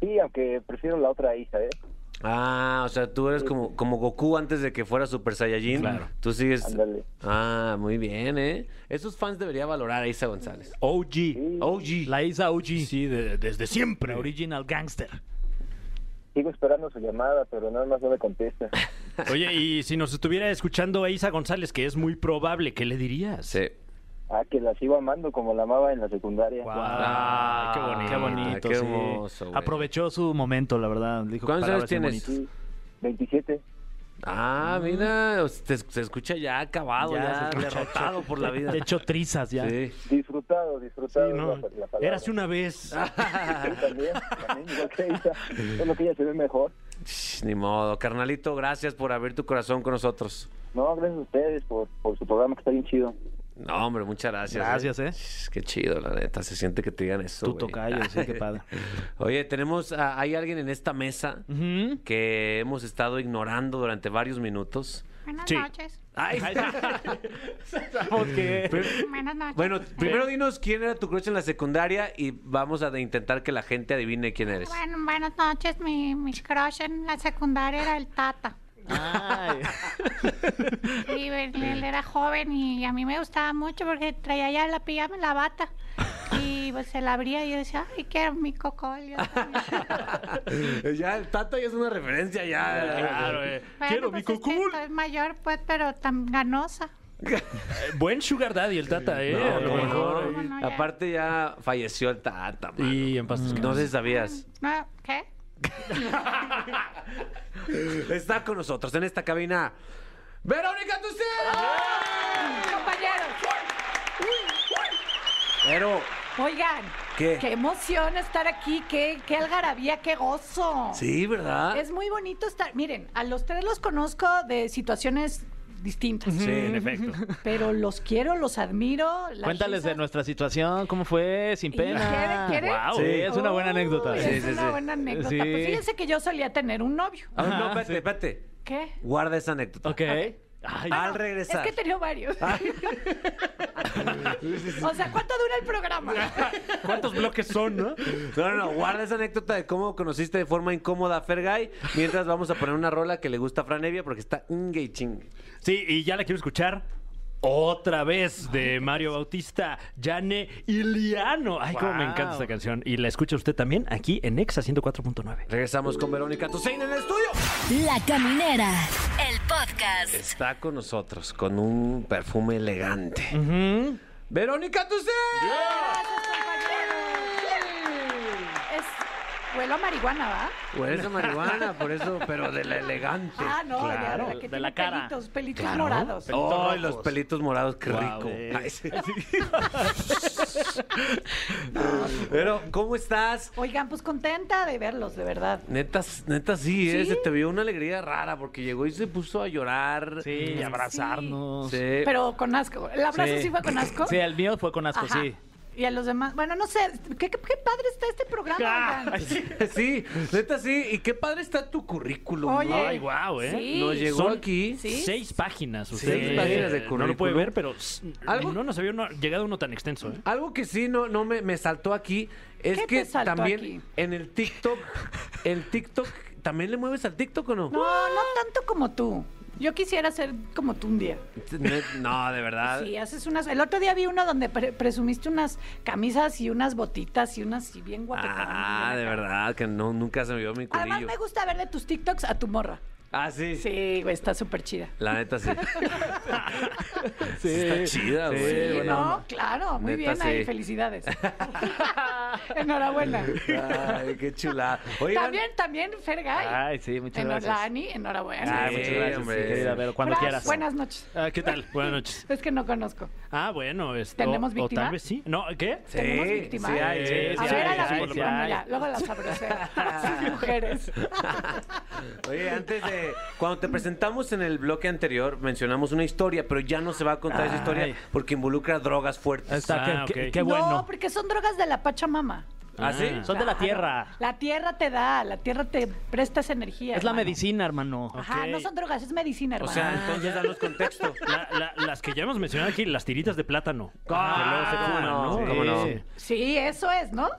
[SPEAKER 8] Sí, aunque prefiero la otra Eiza, ¿eh?
[SPEAKER 2] Ah, o sea, tú eres como, como Goku antes de que fuera Super Saiyajin.
[SPEAKER 4] Claro.
[SPEAKER 2] Tú sigues.
[SPEAKER 8] Ándale.
[SPEAKER 2] Ah, muy bien, ¿eh? Esos fans debería valorar a Isa González.
[SPEAKER 4] OG.
[SPEAKER 2] OG.
[SPEAKER 3] La Isa OG.
[SPEAKER 4] Sí, de- desde siempre.
[SPEAKER 3] La original gangster.
[SPEAKER 8] Sigo esperando su llamada, pero nada más no me contesta.
[SPEAKER 4] Oye, y si nos estuviera escuchando a Isa González, que es muy probable, ¿qué le dirías?
[SPEAKER 2] Sí.
[SPEAKER 8] Ah, que la sigo amando como la amaba en la secundaria.
[SPEAKER 4] Ah, qué bonito.
[SPEAKER 3] Qué bonito,
[SPEAKER 2] qué
[SPEAKER 3] sí.
[SPEAKER 2] hermoso, güey.
[SPEAKER 3] Aprovechó su momento, la verdad. Dijo
[SPEAKER 2] ¿Cuántos años
[SPEAKER 3] palabras bien
[SPEAKER 2] tienes?
[SPEAKER 3] bonitas.
[SPEAKER 8] Sí, 27.
[SPEAKER 2] Ah, mira, o sea, te- se escucha ya acabado,
[SPEAKER 3] Ya,
[SPEAKER 2] ya,
[SPEAKER 3] se escucha
[SPEAKER 2] derrotado por la vida.
[SPEAKER 3] De hecho, trizas ya.
[SPEAKER 2] Sí.
[SPEAKER 8] Disfrutado,
[SPEAKER 4] Sí,
[SPEAKER 8] disfrutado.
[SPEAKER 4] no.
[SPEAKER 8] es la- la palabra.
[SPEAKER 4] Eras una vez.
[SPEAKER 2] Ah,
[SPEAKER 8] Sí, también, también, igual que ella. Solo que ella se ve mejor.
[SPEAKER 2] Ch, Ni modo. Carnalito, gracias por abrir tu corazón con nosotros.
[SPEAKER 8] No, gracias a ustedes por, por su programa que está bien chido.
[SPEAKER 2] No, hombre, muchas gracias.
[SPEAKER 3] Gracias, ¿eh?
[SPEAKER 2] Ch, Qué chido, la neta. Se siente que te digan eso.
[SPEAKER 3] Tú
[SPEAKER 2] güey.
[SPEAKER 3] tocayo, sí, qué padre.
[SPEAKER 2] Oye, tenemos. a- hay alguien en esta mesa
[SPEAKER 3] Ujú.
[SPEAKER 2] que hemos estado ignorando durante varios minutos.
[SPEAKER 9] Buenas
[SPEAKER 4] Sí.
[SPEAKER 9] noches.
[SPEAKER 2] Ay,
[SPEAKER 9] Buenas noches.
[SPEAKER 2] bueno, primero dinos quién era tu crush en la secundaria y vamos a de- intentar que la gente adivine quién eres.
[SPEAKER 9] Bueno, buenas noches. Mi, mi crush en la secundaria era el Tata.
[SPEAKER 3] Ay.
[SPEAKER 9] Y él, él era joven y a mí me gustaba mucho porque traía ya la pijama, la bata. Y pues se la abría y yo decía, ay, quiero mi cocol. yo también".
[SPEAKER 2] ya, el Tata ya es una referencia, ya.
[SPEAKER 4] Claro, eh.
[SPEAKER 9] Bueno,
[SPEAKER 4] Quiero
[SPEAKER 9] pues
[SPEAKER 4] mi
[SPEAKER 9] es que
[SPEAKER 4] cucul.
[SPEAKER 9] Estoy mayor, pues, pero tan ganosa.
[SPEAKER 4] Eh, Buen Sugar Daddy el Tata, ¿eh?
[SPEAKER 2] No,
[SPEAKER 4] a lo
[SPEAKER 2] no,
[SPEAKER 4] mejor.
[SPEAKER 2] no.
[SPEAKER 4] ahí.
[SPEAKER 9] no, ya.
[SPEAKER 2] Aparte ya falleció el Tata, mano.
[SPEAKER 4] Y en paz descanse.
[SPEAKER 2] No sé si sabías.
[SPEAKER 9] No, ¿Qué?
[SPEAKER 2] Está con nosotros en esta cabina. ¡Verónica Tucel!
[SPEAKER 10] Compañeros,
[SPEAKER 2] Pero,
[SPEAKER 10] oigan,
[SPEAKER 2] ¿Qué?
[SPEAKER 10] emoción estar aquí, qué, qué algarabía, qué gozo.
[SPEAKER 2] sí, ¿verdad?
[SPEAKER 10] Es muy bonito estar. Miren, a los tres los conozco de situaciones distintas.
[SPEAKER 2] Sí,
[SPEAKER 3] En efecto.
[SPEAKER 10] Pero los quiero, los admiro. las
[SPEAKER 3] Cuéntales de
[SPEAKER 10] risas.
[SPEAKER 3] nuestra situación, cómo fue, sin pena.
[SPEAKER 10] ¿Quieren? ¿Quieren?
[SPEAKER 3] Guau,
[SPEAKER 2] Sí.
[SPEAKER 3] sí, es una buena
[SPEAKER 10] Uy,
[SPEAKER 3] anécdota.
[SPEAKER 10] Es
[SPEAKER 2] Sí, sí,
[SPEAKER 10] una
[SPEAKER 2] sí.
[SPEAKER 10] buena anécdota.
[SPEAKER 3] Sí.
[SPEAKER 10] Pues fíjense que yo solía tener un novio.
[SPEAKER 2] Ah, no,
[SPEAKER 3] Ajá,
[SPEAKER 2] espérate,
[SPEAKER 3] sí.
[SPEAKER 2] espérate.
[SPEAKER 10] ¿Qué?
[SPEAKER 2] Guarda esa anécdota.
[SPEAKER 3] Ok. Ay,
[SPEAKER 2] Al
[SPEAKER 10] Es
[SPEAKER 2] regresar. Ah.
[SPEAKER 10] que he tenido varios. o sea, ¿cuánto dura el programa?
[SPEAKER 4] ¿Cuántos bloques son, no?
[SPEAKER 2] No, no, no, guarda esa anécdota de cómo conociste de forma incómoda a Fergay. Mientras vamos a poner una rola que le gusta a Franevia porque está ingue y chingue.
[SPEAKER 4] Sí, y ya la quiero escuchar otra vez de Mario Bautista, Jane Iliano. Ah, Ay, cómo me encanta
[SPEAKER 3] Wow.
[SPEAKER 4] esta canción. Y la escucha usted también aquí en Exa 104.9.
[SPEAKER 2] Regresamos con Verónica Tucen en el estudio.
[SPEAKER 5] La Caminera, el podcast.
[SPEAKER 2] Está con nosotros con un perfume elegante. ¡Verónica Tucen!
[SPEAKER 10] Gracias, compañeros. Es huelo a marihuana, ¿va?
[SPEAKER 2] Hueles a marihuana, por eso, pero de la elegante.
[SPEAKER 10] Ah, no, ya,
[SPEAKER 2] claro.
[SPEAKER 10] de la que
[SPEAKER 3] de la
[SPEAKER 10] tiene
[SPEAKER 3] cara.
[SPEAKER 10] pelitos, pelitos morados.
[SPEAKER 2] ¡Ay, Oh, los pelitos morados, qué rico!
[SPEAKER 3] eh.
[SPEAKER 2] Ay, sí. Pero, ¿cómo estás?
[SPEAKER 10] Oigan, pues contenta de verlos, de verdad.
[SPEAKER 2] Neta, neta sí, ¿eh?
[SPEAKER 10] ¿Sí?
[SPEAKER 2] se te vio una alegría rara porque llegó y se puso a llorar.
[SPEAKER 3] Sí, y abrazarnos. Sí.
[SPEAKER 2] Sí.
[SPEAKER 10] Pero con asco. ¿El abrazo sí,
[SPEAKER 3] Eh, Sí.
[SPEAKER 10] fue con asco?
[SPEAKER 3] el mío fue con asco,
[SPEAKER 10] Ajá.
[SPEAKER 3] sí.
[SPEAKER 10] Y a los demás, bueno, no sé, qué, qué- qué padre está este programa. oigan.
[SPEAKER 2] Sí, neta sí. Y qué padre está tu currículum.
[SPEAKER 10] Oye,
[SPEAKER 2] ¿no?
[SPEAKER 4] Ay, guau, ¿eh?
[SPEAKER 10] sí.
[SPEAKER 2] Nos llegó
[SPEAKER 4] Son-
[SPEAKER 2] aquí.
[SPEAKER 10] Sí.
[SPEAKER 4] Seis páginas. Usted,
[SPEAKER 2] Seis páginas de
[SPEAKER 4] No lo puede
[SPEAKER 2] currículum.
[SPEAKER 4] ver, pero s-
[SPEAKER 2] Algo-
[SPEAKER 4] no nos había uno- llegado uno tan extenso. ¿eh?
[SPEAKER 2] Algo que sí no, no me, me saltó aquí es
[SPEAKER 10] ¿Qué
[SPEAKER 2] que
[SPEAKER 10] te saltó
[SPEAKER 2] también
[SPEAKER 10] aquí?
[SPEAKER 2] en el TikTok, el TikTok, ¿también le mueves al TikTok o no?
[SPEAKER 10] No, no tanto como tú. Yo quisiera ser como tú un día.
[SPEAKER 2] Ne- No, de verdad.
[SPEAKER 10] Sí, haces unas. El otro día vi uno donde pre- presumiste unas camisas y unas botitas y unas y bien guapeconas.
[SPEAKER 2] Ah, de verdad, que no, nunca se me vio mi
[SPEAKER 10] Además,
[SPEAKER 2] culillo.
[SPEAKER 10] me gusta ver de tus TikToks a tu morra.
[SPEAKER 2] Ah, sí.
[SPEAKER 10] Sí, güey, está súper chida.
[SPEAKER 2] La neta sí. sí. Está chida, güey.
[SPEAKER 10] Sí,
[SPEAKER 2] buena
[SPEAKER 10] no,
[SPEAKER 2] onda.
[SPEAKER 10] claro, muy
[SPEAKER 2] Neta,
[SPEAKER 10] bien ahí,
[SPEAKER 2] sí.
[SPEAKER 10] felicidades. Enhorabuena.
[SPEAKER 2] Ay, qué chulada. Oigan,
[SPEAKER 10] También, también, Fergay.
[SPEAKER 3] Ay, sí, muchas
[SPEAKER 10] Enhor-
[SPEAKER 3] gracias.
[SPEAKER 10] Lani, enhorabuena.
[SPEAKER 3] Ah,
[SPEAKER 2] Sí,
[SPEAKER 3] muchas gracias,
[SPEAKER 2] hombre.
[SPEAKER 3] sí, querida Vero, cuando
[SPEAKER 10] Fras,
[SPEAKER 3] quieras.
[SPEAKER 10] Buenas noches.
[SPEAKER 4] Ah, ¿Qué tal? Buenas noches.
[SPEAKER 10] Es que no conozco.
[SPEAKER 4] Ah, bueno, esto.
[SPEAKER 10] ¿Tenemos
[SPEAKER 4] o
[SPEAKER 10] víctima?
[SPEAKER 4] tal vez sí. No, ¿qué?
[SPEAKER 2] Sí,
[SPEAKER 10] tenemos víctima.
[SPEAKER 2] sí hay, sí,
[SPEAKER 10] a
[SPEAKER 3] Eh, sí
[SPEAKER 10] ver a
[SPEAKER 3] hay,
[SPEAKER 10] la
[SPEAKER 3] sí hay,
[SPEAKER 10] víctima,
[SPEAKER 3] sí hay.
[SPEAKER 10] mira, luego las abrocera. Esas mujeres.
[SPEAKER 2] Oye, antes de. Cuando te presentamos en el bloque anterior, mencionamos una historia, pero ya no se va a contar esa
[SPEAKER 3] Ay.
[SPEAKER 2] historia porque involucra drogas fuertes.
[SPEAKER 3] Está,
[SPEAKER 4] Ah,
[SPEAKER 3] qué, qué-
[SPEAKER 4] ok.
[SPEAKER 3] qué
[SPEAKER 10] No,
[SPEAKER 3] bueno.
[SPEAKER 10] porque son drogas de la Pachamama.
[SPEAKER 2] ¿Ah, sí?
[SPEAKER 3] Son de la
[SPEAKER 10] Claro.
[SPEAKER 3] tierra.
[SPEAKER 10] La tierra te da, la tierra te presta esa energía.
[SPEAKER 3] Es la
[SPEAKER 10] hermano.
[SPEAKER 3] medicina, hermano.
[SPEAKER 10] Ajá,
[SPEAKER 4] Ok.
[SPEAKER 10] no son drogas, es medicina,
[SPEAKER 2] O
[SPEAKER 10] hermano.
[SPEAKER 2] sea, entonces danos contexto.
[SPEAKER 4] La- la- las que ya hemos mencionado aquí, las tiritas de plátano.
[SPEAKER 2] Ah,
[SPEAKER 4] que luego se fuman,
[SPEAKER 2] cómo no,
[SPEAKER 4] ¿no?
[SPEAKER 2] cómo no.
[SPEAKER 10] Sí, eso es, ¿no?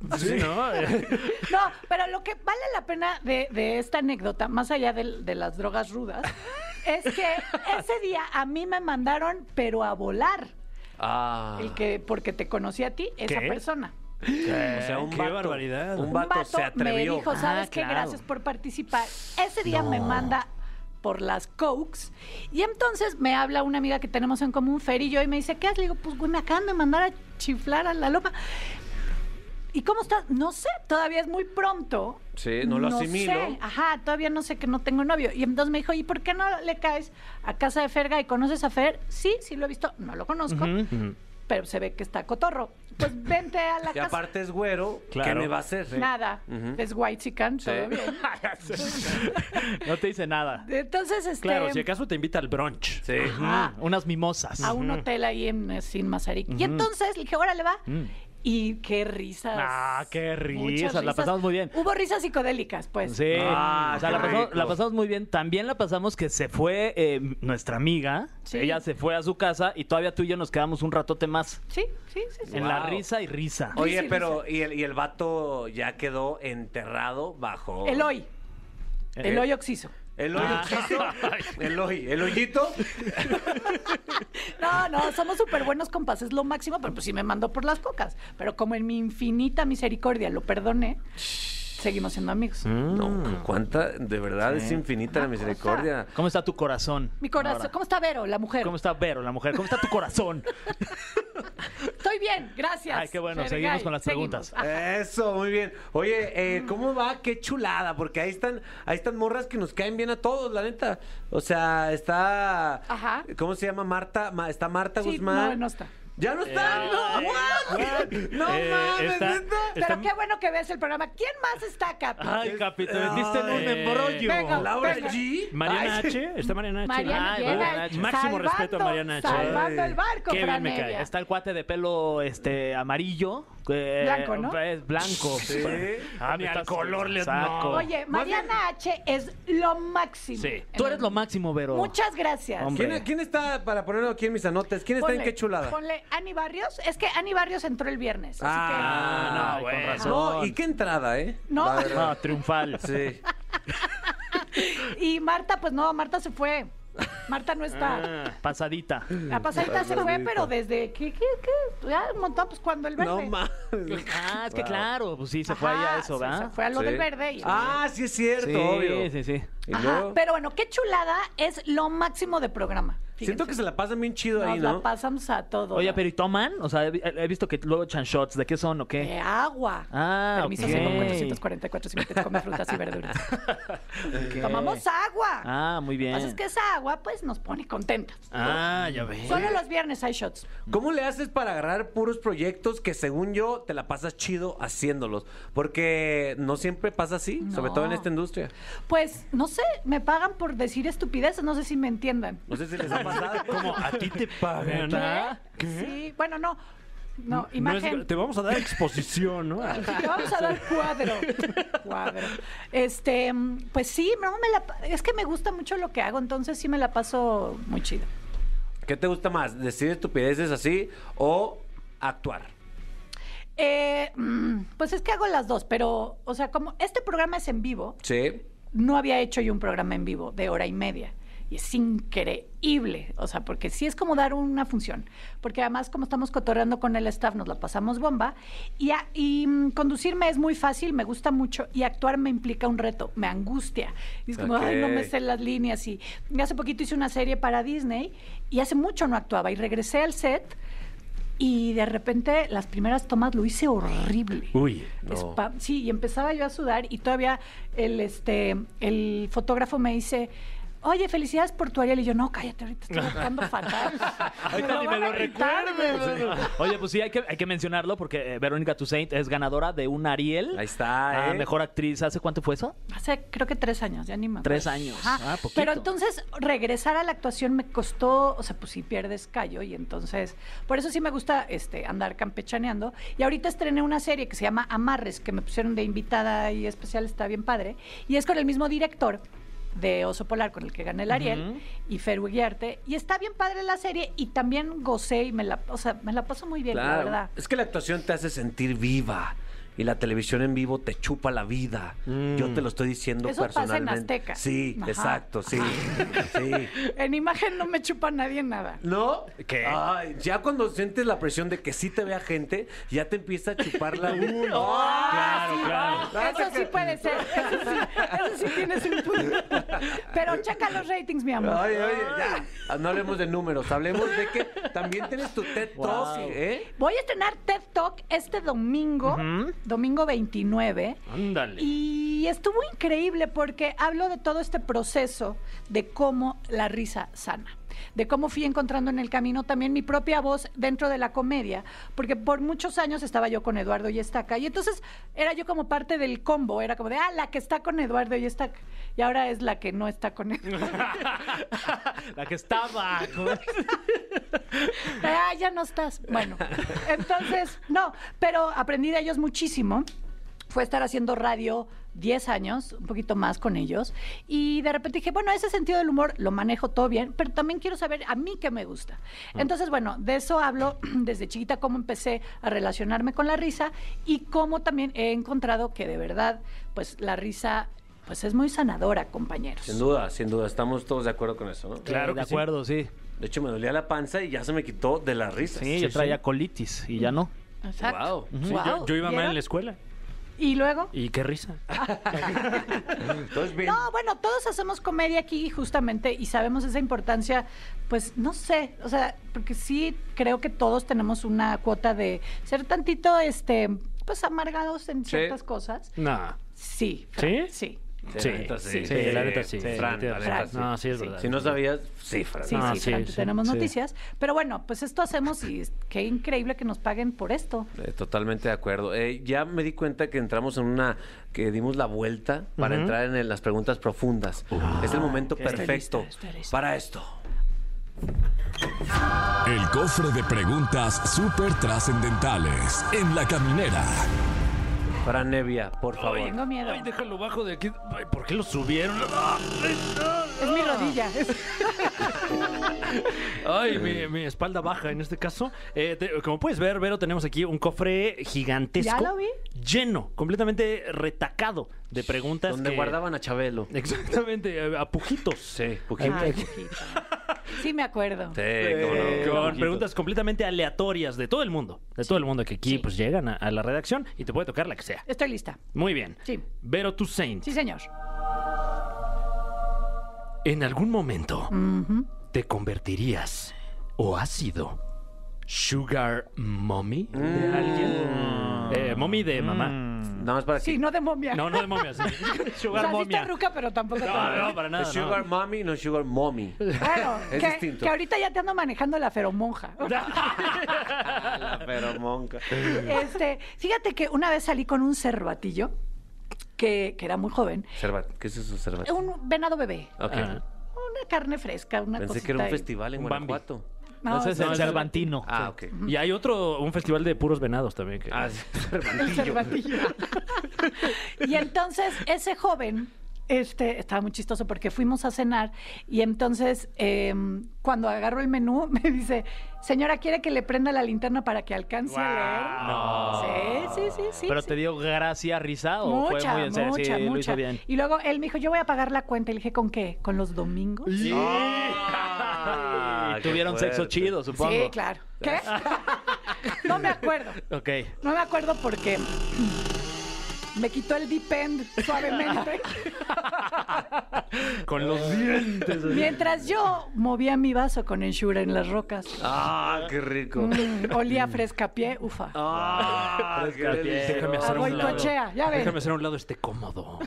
[SPEAKER 4] Sí, ¿no?
[SPEAKER 10] No, pero lo que vale la pena de, de esta anécdota, más allá del- de, las drogas rudas, es que ese día a mí me mandaron, pero a volar,
[SPEAKER 2] Ah.
[SPEAKER 10] el que porque te conocí a ti, esa
[SPEAKER 4] ¿Qué?
[SPEAKER 10] persona.
[SPEAKER 4] O sea,
[SPEAKER 2] un
[SPEAKER 4] qué
[SPEAKER 2] vato,
[SPEAKER 4] barbaridad.
[SPEAKER 2] Un vato, se atrevió.
[SPEAKER 10] me dijo, ¿sabes
[SPEAKER 3] Ah,
[SPEAKER 10] qué?
[SPEAKER 3] claro.
[SPEAKER 10] Gracias por participar. Ese día me manda por las Cokes. Y entonces me habla una amiga que tenemos en común, Fer y yo, y me dice, ¿qué haces? Le digo, pues güey, me acaban de mandar a chiflar a la loma. ¿Y cómo estás? No sé, todavía es muy pronto.
[SPEAKER 2] Sí, no lo asimilo.
[SPEAKER 10] sé. Ajá, todavía no sé que no tengo novio. Y entonces me dijo, ¿y por qué no le caes a casa de Ferga y conoces a Fer? Sí, sí lo he visto, no lo conozco, pero se ve que está cotorro. Pues vente a la
[SPEAKER 2] Y
[SPEAKER 10] casa.
[SPEAKER 2] aparte es güero, ¿qué
[SPEAKER 4] Claro.
[SPEAKER 2] me va a hacer?
[SPEAKER 10] Nada.
[SPEAKER 2] Ujú.
[SPEAKER 10] Es white chican, todo bien.
[SPEAKER 3] No te dice nada.
[SPEAKER 10] Entonces, este.
[SPEAKER 4] Claro, si acaso te invita al brunch.
[SPEAKER 2] Sí.
[SPEAKER 10] ajá,
[SPEAKER 3] Unas mimosas.
[SPEAKER 10] a un
[SPEAKER 2] Mm.
[SPEAKER 10] hotel ahí en eh, Sin Mazarik. Y entonces le dije, órale, va. Ah, Y qué risas.
[SPEAKER 3] Mm. Ah, qué
[SPEAKER 10] Muchas
[SPEAKER 3] risas, la pasamos muy bien.
[SPEAKER 10] Hubo risas psicodélicas, pues.
[SPEAKER 3] Sí,
[SPEAKER 2] Ah,
[SPEAKER 3] o sea, la
[SPEAKER 2] qué
[SPEAKER 3] pasamos,
[SPEAKER 2] rico.
[SPEAKER 3] la pasamos muy bien. También la pasamos que se fue eh, nuestra amiga.
[SPEAKER 10] Sí.
[SPEAKER 3] Ella se fue a su casa y todavía tú y yo nos quedamos un ratote más.
[SPEAKER 10] Sí, sí, sí. sí.
[SPEAKER 3] En la
[SPEAKER 2] Wow.
[SPEAKER 3] risa y risa.
[SPEAKER 10] Oye,
[SPEAKER 2] Oye,
[SPEAKER 10] sí,
[SPEAKER 2] pero y el, y el vato ya quedó enterrado bajo.
[SPEAKER 10] El hoy. El
[SPEAKER 2] Eh.
[SPEAKER 10] hoy oxiso. Ah.
[SPEAKER 2] El hoy, ojito. el hoy, el hoyito.
[SPEAKER 10] No, no, somos súper buenos compas, es lo máximo, pero pues sí me mandó por las cocas. Pero como en mi infinita misericordia lo perdoné, seguimos siendo amigos.
[SPEAKER 2] No, cuánta, de verdad
[SPEAKER 3] Sí.
[SPEAKER 2] es infinita la misericordia.
[SPEAKER 3] ¿Cómo está tu corazón?
[SPEAKER 10] Mi corazón,
[SPEAKER 3] Ahora.
[SPEAKER 10] ¿cómo está Vero, la mujer?
[SPEAKER 3] ¿Cómo está Vero, la mujer? ¿Cómo está tu corazón?
[SPEAKER 10] Estoy bien, gracias.
[SPEAKER 3] Ay, qué bueno,
[SPEAKER 10] Fergay.
[SPEAKER 3] seguimos con las
[SPEAKER 10] Seguimos.
[SPEAKER 3] preguntas.
[SPEAKER 2] Eso, muy bien. Oye, eh, ¿cómo va? Qué chulada, porque ahí están, ahí están morras que nos caen bien a todos, la neta. O sea, está.
[SPEAKER 10] Ajá.
[SPEAKER 2] ¿Cómo se llama? Marta, Ma- está Marta
[SPEAKER 10] Sí,
[SPEAKER 2] Guzmán.
[SPEAKER 10] no, no está.
[SPEAKER 2] ¡Ya no está!
[SPEAKER 4] Eh,
[SPEAKER 2] ¡No!
[SPEAKER 4] eh,
[SPEAKER 2] ¿what?
[SPEAKER 4] eh,
[SPEAKER 2] ¡No
[SPEAKER 4] eh,
[SPEAKER 2] mames!
[SPEAKER 4] está-
[SPEAKER 2] ¿neta?
[SPEAKER 10] Pero
[SPEAKER 4] Está-
[SPEAKER 10] qué bueno que ves el programa. ¿Quién más está, Capi?
[SPEAKER 3] Ay, Capi, te
[SPEAKER 2] Ay.
[SPEAKER 3] metiste en un embrollo.
[SPEAKER 10] Venga.
[SPEAKER 2] ¿Laura
[SPEAKER 10] venga.
[SPEAKER 2] G?
[SPEAKER 4] Mariana
[SPEAKER 2] Ay,
[SPEAKER 4] H. Está Mariana H.
[SPEAKER 10] Mariana
[SPEAKER 3] Ay,
[SPEAKER 10] llega
[SPEAKER 3] Mariana
[SPEAKER 10] y-
[SPEAKER 3] H.
[SPEAKER 4] Máximo respeto a Mariana H.
[SPEAKER 10] Salvando
[SPEAKER 2] Ay,
[SPEAKER 10] el barco,
[SPEAKER 4] qué bien me
[SPEAKER 10] Fran
[SPEAKER 4] cae.
[SPEAKER 10] Evia.
[SPEAKER 3] Está el cuate de pelo este amarillo. eh,
[SPEAKER 10] Blanco, ¿no?
[SPEAKER 3] Es blanco.
[SPEAKER 2] Sí.
[SPEAKER 3] Ah,
[SPEAKER 4] Ni
[SPEAKER 3] me
[SPEAKER 4] al
[SPEAKER 3] estás-
[SPEAKER 4] color le-
[SPEAKER 3] Saco.
[SPEAKER 4] no.
[SPEAKER 10] Oye, Mariana H es lo máximo.
[SPEAKER 4] Sí.
[SPEAKER 10] En
[SPEAKER 3] Tú
[SPEAKER 10] el
[SPEAKER 3] eres lo máximo, Vero.
[SPEAKER 10] mundo. Muchas gracias.
[SPEAKER 3] Hombre.
[SPEAKER 2] ¿Quién, quién está, para ponerlo aquí en mis anotes, quién está en qué chulada?
[SPEAKER 10] Ponle Ani Barrios. Es que Ani Barrios entró el viernes. Así
[SPEAKER 2] Ah,
[SPEAKER 3] no,
[SPEAKER 4] bueno.
[SPEAKER 3] con razón.
[SPEAKER 2] No, y qué entrada, ¿eh?
[SPEAKER 10] No.
[SPEAKER 2] La
[SPEAKER 3] No,
[SPEAKER 2] verdad.
[SPEAKER 3] triunfal.
[SPEAKER 2] Sí.
[SPEAKER 10] que... Y Marta, pues no, Marta se fue. Marta no está.
[SPEAKER 3] Ah, Pasadita.
[SPEAKER 10] La pasadita se fue, pero desde que, que, que, ya un montón, pues cuando el
[SPEAKER 2] No
[SPEAKER 10] verde. pues,
[SPEAKER 2] mames.
[SPEAKER 3] Ah, es que claro, pues sí, se
[SPEAKER 10] Ajá,
[SPEAKER 3] fue allá eso,
[SPEAKER 10] sí,
[SPEAKER 3] ¿verdad?
[SPEAKER 10] Se fue a lo
[SPEAKER 2] Ah, Sí.
[SPEAKER 10] del verde. Y...
[SPEAKER 2] Ah, sí es cierto,
[SPEAKER 3] Sí,
[SPEAKER 2] obvio.
[SPEAKER 3] sí, sí.
[SPEAKER 2] Y
[SPEAKER 10] Ajá,
[SPEAKER 2] luego,
[SPEAKER 10] pero bueno, qué chulada es lo máximo de programa.
[SPEAKER 2] siento que se la pasan bien chido
[SPEAKER 10] Nos
[SPEAKER 2] ahí,
[SPEAKER 10] la
[SPEAKER 2] ¿no?
[SPEAKER 10] pasamos a todo.
[SPEAKER 3] Oye, pero ¿y toman? O sea, he, he visto que luego echan shots. ¿De qué son o
[SPEAKER 10] De
[SPEAKER 3] qué?
[SPEAKER 10] agua.
[SPEAKER 3] Ah,
[SPEAKER 10] Permiso
[SPEAKER 3] ok.
[SPEAKER 10] seco 444 si te comes frutas y verduras. Tomamos agua.
[SPEAKER 3] Ah, muy bien.
[SPEAKER 10] Pues es que esa agua, pues, nos pone contentas.
[SPEAKER 4] Ah, ya ves.
[SPEAKER 10] Solo los viernes hay shots.
[SPEAKER 2] ¿Cómo le haces para agarrar puros proyectos que según yo te la pasas chido haciéndolos? Porque no siempre pasa así, sobre todo en
[SPEAKER 10] No.
[SPEAKER 2] esta industria.
[SPEAKER 10] Pues, no sé, me pagan por decir estupideces, no sé si me entiendan.
[SPEAKER 2] No sé si les ha pasado. ah,
[SPEAKER 4] Como a ti te pagan.
[SPEAKER 10] ¿Qué? Sí, bueno, no. No,
[SPEAKER 4] No es-
[SPEAKER 10] imagen.
[SPEAKER 4] te vamos a dar exposición, ¿no?
[SPEAKER 10] Le vamos a dar cuadro. cuadro. Este, mm, pues sí, no, me la pa- es que me gusta mucho lo que hago, entonces sí me la paso muy chido.
[SPEAKER 2] ¿Qué te gusta más? ¿Decir estupideces así o actuar?
[SPEAKER 10] Eh, mm, pues es que hago las dos, pero, o sea, como este programa es en vivo,
[SPEAKER 2] Sí.
[SPEAKER 10] no había hecho yo un programa en vivo de hora y media. Y es increíble, o sea, porque sí es como dar una función. Porque además, como estamos cotorreando con el staff, nos la pasamos bomba. Y, a- y, mm, conducirme es muy fácil, me gusta mucho. Y actuar me implica un reto, me angustia. Y es como, ay, no me
[SPEAKER 2] Ok.
[SPEAKER 10] sé las líneas. Y hace poquito hice una serie para Disney y hace mucho no actuaba. Y regresé al set y de repente las primeras tomas lo hice horrible.
[SPEAKER 4] Uy.
[SPEAKER 10] Espa- sí, y empezaba yo a sudar y todavía el, este, el fotógrafo me dice, oye, felicidades por tu Ariel. Y yo, no, cállate, ahorita estoy actuando fatal.
[SPEAKER 3] Ahorita ni me
[SPEAKER 10] van
[SPEAKER 3] lo
[SPEAKER 10] a quitar,
[SPEAKER 3] recuerdes.
[SPEAKER 10] güey.
[SPEAKER 3] Oye, pues sí, hay que, hay que mencionarlo porque eh, Verónica Toussaint es ganadora de un Ariel.
[SPEAKER 2] Ahí está,
[SPEAKER 3] Ah,
[SPEAKER 2] ¿eh?
[SPEAKER 3] mejor actriz. ¿Hace cuánto fue eso?
[SPEAKER 10] Hace creo que tres años, ya ni me acuerdo.
[SPEAKER 3] Tres años.
[SPEAKER 10] Ajá.
[SPEAKER 3] Ah, poquito.
[SPEAKER 10] Pero entonces regresar a la actuación me costó, o sea, pues sí pierdes callo y entonces, por eso sí me gusta este, andar campechaneando. Y ahorita estrené una serie que se llama Amarres, que me pusieron de invitada y especial, está bien padre. Y es con el mismo director de Oso Polar, con el que gané el Ariel, y Feru Guiarte. Y está bien padre la serie y también gocé y me la, o sea, me la paso muy bien, la verdad.
[SPEAKER 2] Es que la actuación te hace sentir viva. Y la televisión en vivo te chupa la vida.
[SPEAKER 4] Mm.
[SPEAKER 2] Yo te lo estoy diciendo
[SPEAKER 10] Eso pasa en
[SPEAKER 2] personalmente.
[SPEAKER 10] Azteca.
[SPEAKER 2] Sí,
[SPEAKER 10] Ajá.
[SPEAKER 2] exacto, sí. sí.
[SPEAKER 10] En imagen no me chupa nadie nada.
[SPEAKER 2] ¿No?
[SPEAKER 4] ¿Qué?
[SPEAKER 2] Ay, ya cuando sientes la presión de que sí te vea gente, ya te empieza a chupar la
[SPEAKER 4] Ah, Claro, claro.
[SPEAKER 10] ah, Eso sí puede ser. Eso sí, eso sí tienes un punto. Pero checa los ratings, mi amor.
[SPEAKER 2] Ay, oye, ya. No hablemos de números, hablemos de que también tienes tu TED Talk, ¿eh?
[SPEAKER 10] Voy a estrenar TED Talk este domingo, domingo 29.
[SPEAKER 4] Ándale.
[SPEAKER 10] Y estuvo increíble porque hablo de todo este proceso de cómo la risa sana, de cómo fui encontrando en el camino también mi propia voz dentro de la comedia, porque por muchos años estaba yo con Eduardo y Estaca y entonces era yo como parte del combo, era como de, ah, la que está con Eduardo y Estaca y ahora es la que no está con él.
[SPEAKER 3] La que estaba.
[SPEAKER 10] ah, ya no estás. Bueno, entonces, no, pero aprendí de ellos muchísimo. Fue estar haciendo radio 10 años, un poquito más con ellos. Y de repente dije, bueno, ese sentido del humor lo manejo todo bien, pero también quiero saber a mí qué me gusta.
[SPEAKER 4] Mm.
[SPEAKER 10] Entonces, bueno, de eso hablo desde chiquita, cómo empecé a relacionarme con la risa y cómo también he encontrado que de verdad, pues la risa, pues es muy sanadora, compañeros.
[SPEAKER 2] Sin duda, sin duda, estamos todos de acuerdo con eso, ¿no?
[SPEAKER 4] Claro
[SPEAKER 3] de
[SPEAKER 4] que sí.
[SPEAKER 3] acuerdo, sí.
[SPEAKER 2] Eh, De hecho, me dolía la panza y ya se me quitó de las risas.
[SPEAKER 3] Sí, yo traía colitis y ya no.
[SPEAKER 10] Exacto.
[SPEAKER 2] Wow.
[SPEAKER 4] Sí, yo,
[SPEAKER 10] Wow,
[SPEAKER 4] yo iba mal
[SPEAKER 10] ¿vieron?
[SPEAKER 4] en la escuela.
[SPEAKER 10] Y luego...
[SPEAKER 4] Y qué risa.
[SPEAKER 2] Entonces, bien.
[SPEAKER 10] No, bueno, todos hacemos comedia aquí justamente y sabemos esa importancia, pues no sé, o sea, porque sí creo que todos tenemos una cuota de ser tantito, este, pues amargados en
[SPEAKER 2] Sí.
[SPEAKER 10] ciertas cosas.
[SPEAKER 4] Nah.
[SPEAKER 10] Sí.
[SPEAKER 4] ¿Sí?
[SPEAKER 10] Sí.
[SPEAKER 4] Sí,
[SPEAKER 2] la neta
[SPEAKER 4] sí, la neta sí.
[SPEAKER 2] Fran, la
[SPEAKER 4] Fran,
[SPEAKER 2] neta sí.
[SPEAKER 4] no, sí es verdad.
[SPEAKER 2] Si no sabías, sí, Fran.
[SPEAKER 10] Sí,
[SPEAKER 4] Ah,
[SPEAKER 10] sí,
[SPEAKER 4] sí,
[SPEAKER 10] Fran,
[SPEAKER 4] sí,
[SPEAKER 10] tenemos
[SPEAKER 4] sí.
[SPEAKER 10] noticias. Pero bueno, pues esto hacemos y es- qué increíble que nos paguen por esto.
[SPEAKER 2] Eh, totalmente de acuerdo. Eh, ya me di cuenta que entramos en una. que dimos la vuelta para
[SPEAKER 4] Ujú. Ah,
[SPEAKER 2] entrar en el- las preguntas profundas. es el momento perfecto para esto.
[SPEAKER 1] El cofre de preguntas súper trascendentales en la caminera.
[SPEAKER 2] Para Nevia, por favor.
[SPEAKER 10] Tengo miedo.
[SPEAKER 4] Ay, déjalo bajo de aquí. Ay, ¿Por qué lo subieron?
[SPEAKER 10] Es mi rodilla.
[SPEAKER 4] Ay, mi, mi espalda baja en este caso. Eh, te- como puedes ver, Vero, tenemos aquí un cofre gigantesco.
[SPEAKER 10] ¿Ya lo vi?
[SPEAKER 4] Lleno, completamente retacado de preguntas.
[SPEAKER 2] Donde
[SPEAKER 4] que-
[SPEAKER 2] guardaban a Chabelo.
[SPEAKER 4] Exactamente, a- a pujitos.
[SPEAKER 2] Sí, poquito.
[SPEAKER 10] Ay, chiquito. Sí, me
[SPEAKER 2] Sí,
[SPEAKER 10] acuerdo.
[SPEAKER 2] cómo no,
[SPEAKER 4] Eh,
[SPEAKER 2] poquito.
[SPEAKER 4] Con preguntas completamente aleatorias de todo el mundo. De todo el mundo que aquí pues llegan a, a la redacción y te puede tocar la que sea.
[SPEAKER 10] Estoy lista.
[SPEAKER 4] Muy bien.
[SPEAKER 10] Sí.
[SPEAKER 4] Vero Toussaint,
[SPEAKER 10] Sí, señor.
[SPEAKER 4] en algún momento te convertirías o has sido Sugar Mommy
[SPEAKER 2] Mm.
[SPEAKER 4] de alguien. Eh, mommy de mamá.
[SPEAKER 2] Nada más para que.
[SPEAKER 10] Sí, no de momia.
[SPEAKER 4] No, no de momia, sí.
[SPEAKER 10] O
[SPEAKER 4] Sugar
[SPEAKER 10] sea, sí está
[SPEAKER 4] momia.
[SPEAKER 10] ruca, pero tampoco. tan-
[SPEAKER 4] No, no, para nada.
[SPEAKER 2] Es Sugar Mommy, no Sugar Mommy.
[SPEAKER 10] Claro,
[SPEAKER 2] Es
[SPEAKER 10] que,
[SPEAKER 2] distinto.
[SPEAKER 10] que ahorita ya te ando manejando la feromonja.
[SPEAKER 2] la feromonca.
[SPEAKER 10] Este, fíjate que una vez salí con un cervatillo que, que era muy joven,
[SPEAKER 2] Cervat, ¿qué es eso, Cervat?
[SPEAKER 10] un venado bebé,
[SPEAKER 2] Ok.
[SPEAKER 4] Ah.
[SPEAKER 10] una carne fresca, una
[SPEAKER 2] Pensé
[SPEAKER 10] cosita
[SPEAKER 2] que era un
[SPEAKER 10] ahí.
[SPEAKER 2] festival en
[SPEAKER 4] Un Bambi.
[SPEAKER 2] Guanajuato.
[SPEAKER 10] No,
[SPEAKER 3] Ese es
[SPEAKER 10] no,
[SPEAKER 3] el Cervantino.
[SPEAKER 2] Ah, ok.
[SPEAKER 4] No. Y hay otro, un festival de puros venados también. Que...
[SPEAKER 2] Ah, sí,
[SPEAKER 10] el
[SPEAKER 2] Cervantillo.
[SPEAKER 10] cervatillo. y entonces ese joven este, estaba muy chistoso porque fuimos a cenar y entonces eh, cuando agarro el menú me dice, señora, ¿quiere que le prenda la linterna para que alcance a leer? Sí, sí, sí, sí.
[SPEAKER 3] ¿Pero
[SPEAKER 10] sí.
[SPEAKER 3] te dio gracia, risa o fue muy en serio? Sí, lo hizo bien.
[SPEAKER 10] Y luego él me dijo, yo voy a pagar la cuenta. Y le dije, ¿con qué? ¿Con los domingos? Sí,
[SPEAKER 2] Ah,
[SPEAKER 3] Y
[SPEAKER 2] qué
[SPEAKER 3] tuvieron sexo
[SPEAKER 2] fuerte.
[SPEAKER 3] chido, supongo.
[SPEAKER 10] claro. ¿Qué? no me acuerdo.
[SPEAKER 3] Ok.
[SPEAKER 10] No me acuerdo porque me quitó el depend suavemente.
[SPEAKER 4] Con los dientes.
[SPEAKER 10] Mientras yo movía mi vaso con ensure en las rocas.
[SPEAKER 2] Ah, qué rico.
[SPEAKER 10] Mm, olía a frescapié, ufa.
[SPEAKER 2] Ah, qué delicioso.
[SPEAKER 4] Déjame hacer,
[SPEAKER 10] A
[SPEAKER 4] un lado.
[SPEAKER 10] boicochea, ya ven.
[SPEAKER 4] Déjame hacer a un lado este cómodo.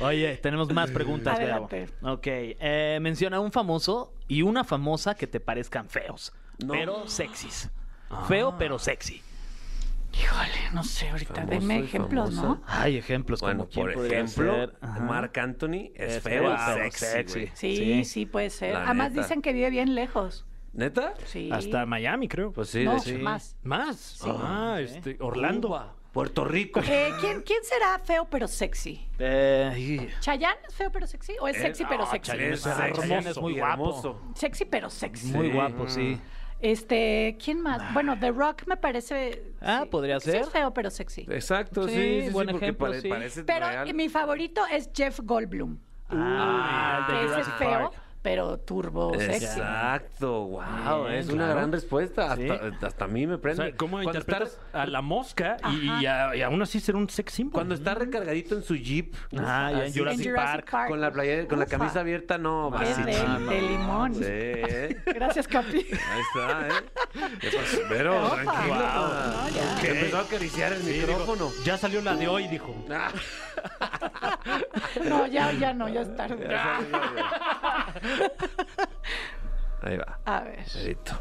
[SPEAKER 3] Oye, tenemos más preguntas, Vero.
[SPEAKER 10] Adelante.
[SPEAKER 3] Ok. eh, menciona un famoso y una famosa que te parezcan feos,
[SPEAKER 2] No. Ah.
[SPEAKER 3] pero sexys. Feo, pero sexy.
[SPEAKER 10] Híjole, no sé, ahorita
[SPEAKER 2] Famoso
[SPEAKER 10] deme
[SPEAKER 2] y
[SPEAKER 10] ejemplos,
[SPEAKER 2] famosa.
[SPEAKER 10] ¿no?
[SPEAKER 3] Hay ejemplos
[SPEAKER 2] Bueno,
[SPEAKER 3] como quién
[SPEAKER 2] por
[SPEAKER 3] podría
[SPEAKER 2] ejemplo,
[SPEAKER 3] ser. Ajá.
[SPEAKER 2] Marc Anthony es,
[SPEAKER 3] Es
[SPEAKER 2] feo,
[SPEAKER 3] feo,
[SPEAKER 2] y sexy.
[SPEAKER 3] sexy.
[SPEAKER 2] güey.
[SPEAKER 10] Sí, sí,
[SPEAKER 3] Sí.
[SPEAKER 10] puede ser.
[SPEAKER 2] La
[SPEAKER 10] Además
[SPEAKER 2] neta.
[SPEAKER 10] dicen que vive bien lejos.
[SPEAKER 2] ¿Neta?
[SPEAKER 10] Sí.
[SPEAKER 4] Hasta Miami, creo.
[SPEAKER 2] Pues sí,
[SPEAKER 10] No,
[SPEAKER 2] de hecho.
[SPEAKER 10] más.
[SPEAKER 4] Más. Ah, este, Orlando.
[SPEAKER 2] Puerto Rico.
[SPEAKER 10] Eh, ¿quién, ¿Quién será feo pero sexy?
[SPEAKER 3] Eh, y-
[SPEAKER 10] ¿Chayanne es feo pero sexy? ¿O es sexy pero sexy?
[SPEAKER 2] Eh, Ah, Chayanne
[SPEAKER 3] Es hermoso,
[SPEAKER 2] es muy
[SPEAKER 3] y
[SPEAKER 2] guapo.
[SPEAKER 10] Sexy pero sexy.
[SPEAKER 3] Muy guapo, sí.
[SPEAKER 10] Este, ¿quién
[SPEAKER 2] Ah.
[SPEAKER 10] más? Bueno, The Rock me parece.
[SPEAKER 3] Ah, podría
[SPEAKER 10] Sí, es
[SPEAKER 3] ser.
[SPEAKER 10] feo pero sexy.
[SPEAKER 2] Exacto, sí,
[SPEAKER 3] Sí,
[SPEAKER 2] sí, sí,
[SPEAKER 3] buen
[SPEAKER 2] porque
[SPEAKER 3] ejemplo,
[SPEAKER 2] pare-
[SPEAKER 3] sí.
[SPEAKER 2] parece
[SPEAKER 10] Pero
[SPEAKER 2] real.
[SPEAKER 10] mi favorito es Jeff Goldblum.
[SPEAKER 3] Ah, el
[SPEAKER 10] que
[SPEAKER 3] de
[SPEAKER 10] ese es
[SPEAKER 3] Jurassic
[SPEAKER 10] feo,
[SPEAKER 3] Park.
[SPEAKER 10] pero turbo sexy.
[SPEAKER 2] Exacto, wow,
[SPEAKER 3] Bien,
[SPEAKER 2] es una
[SPEAKER 3] claro.
[SPEAKER 2] gran respuesta. Hasta,
[SPEAKER 3] Sí.
[SPEAKER 2] hasta a mí me
[SPEAKER 4] O
[SPEAKER 2] prende.
[SPEAKER 4] sea, ¿cómo
[SPEAKER 2] Cuando
[SPEAKER 4] interpretas
[SPEAKER 2] está-
[SPEAKER 4] a la mosca y, y a- y aún así ser un sex symbol?
[SPEAKER 2] Cuando está recargadito en su jeep,
[SPEAKER 3] Ah, ya en
[SPEAKER 2] así,
[SPEAKER 3] Jurassic
[SPEAKER 10] En
[SPEAKER 3] Park.
[SPEAKER 2] con la playa, con la
[SPEAKER 10] Ufa,
[SPEAKER 2] camisa abierta, no,
[SPEAKER 10] es
[SPEAKER 2] así,
[SPEAKER 10] de,
[SPEAKER 2] chino.
[SPEAKER 10] de limón.
[SPEAKER 2] Sí, ¿eh?
[SPEAKER 10] Gracias, Capi.
[SPEAKER 2] Ahí está, ¿eh? ¿Qué pasó? Pero,
[SPEAKER 10] Opa.
[SPEAKER 2] tranquilo.
[SPEAKER 10] No, ya.
[SPEAKER 2] Que Empezó a acariciar el
[SPEAKER 4] Sí, digo,
[SPEAKER 2] micrófono.
[SPEAKER 4] ya salió la de hoy, dijo.
[SPEAKER 2] Ah,
[SPEAKER 10] No, ya, ya no, ya es tarde.
[SPEAKER 2] Ahí va,
[SPEAKER 10] A ver.
[SPEAKER 2] Pedrito.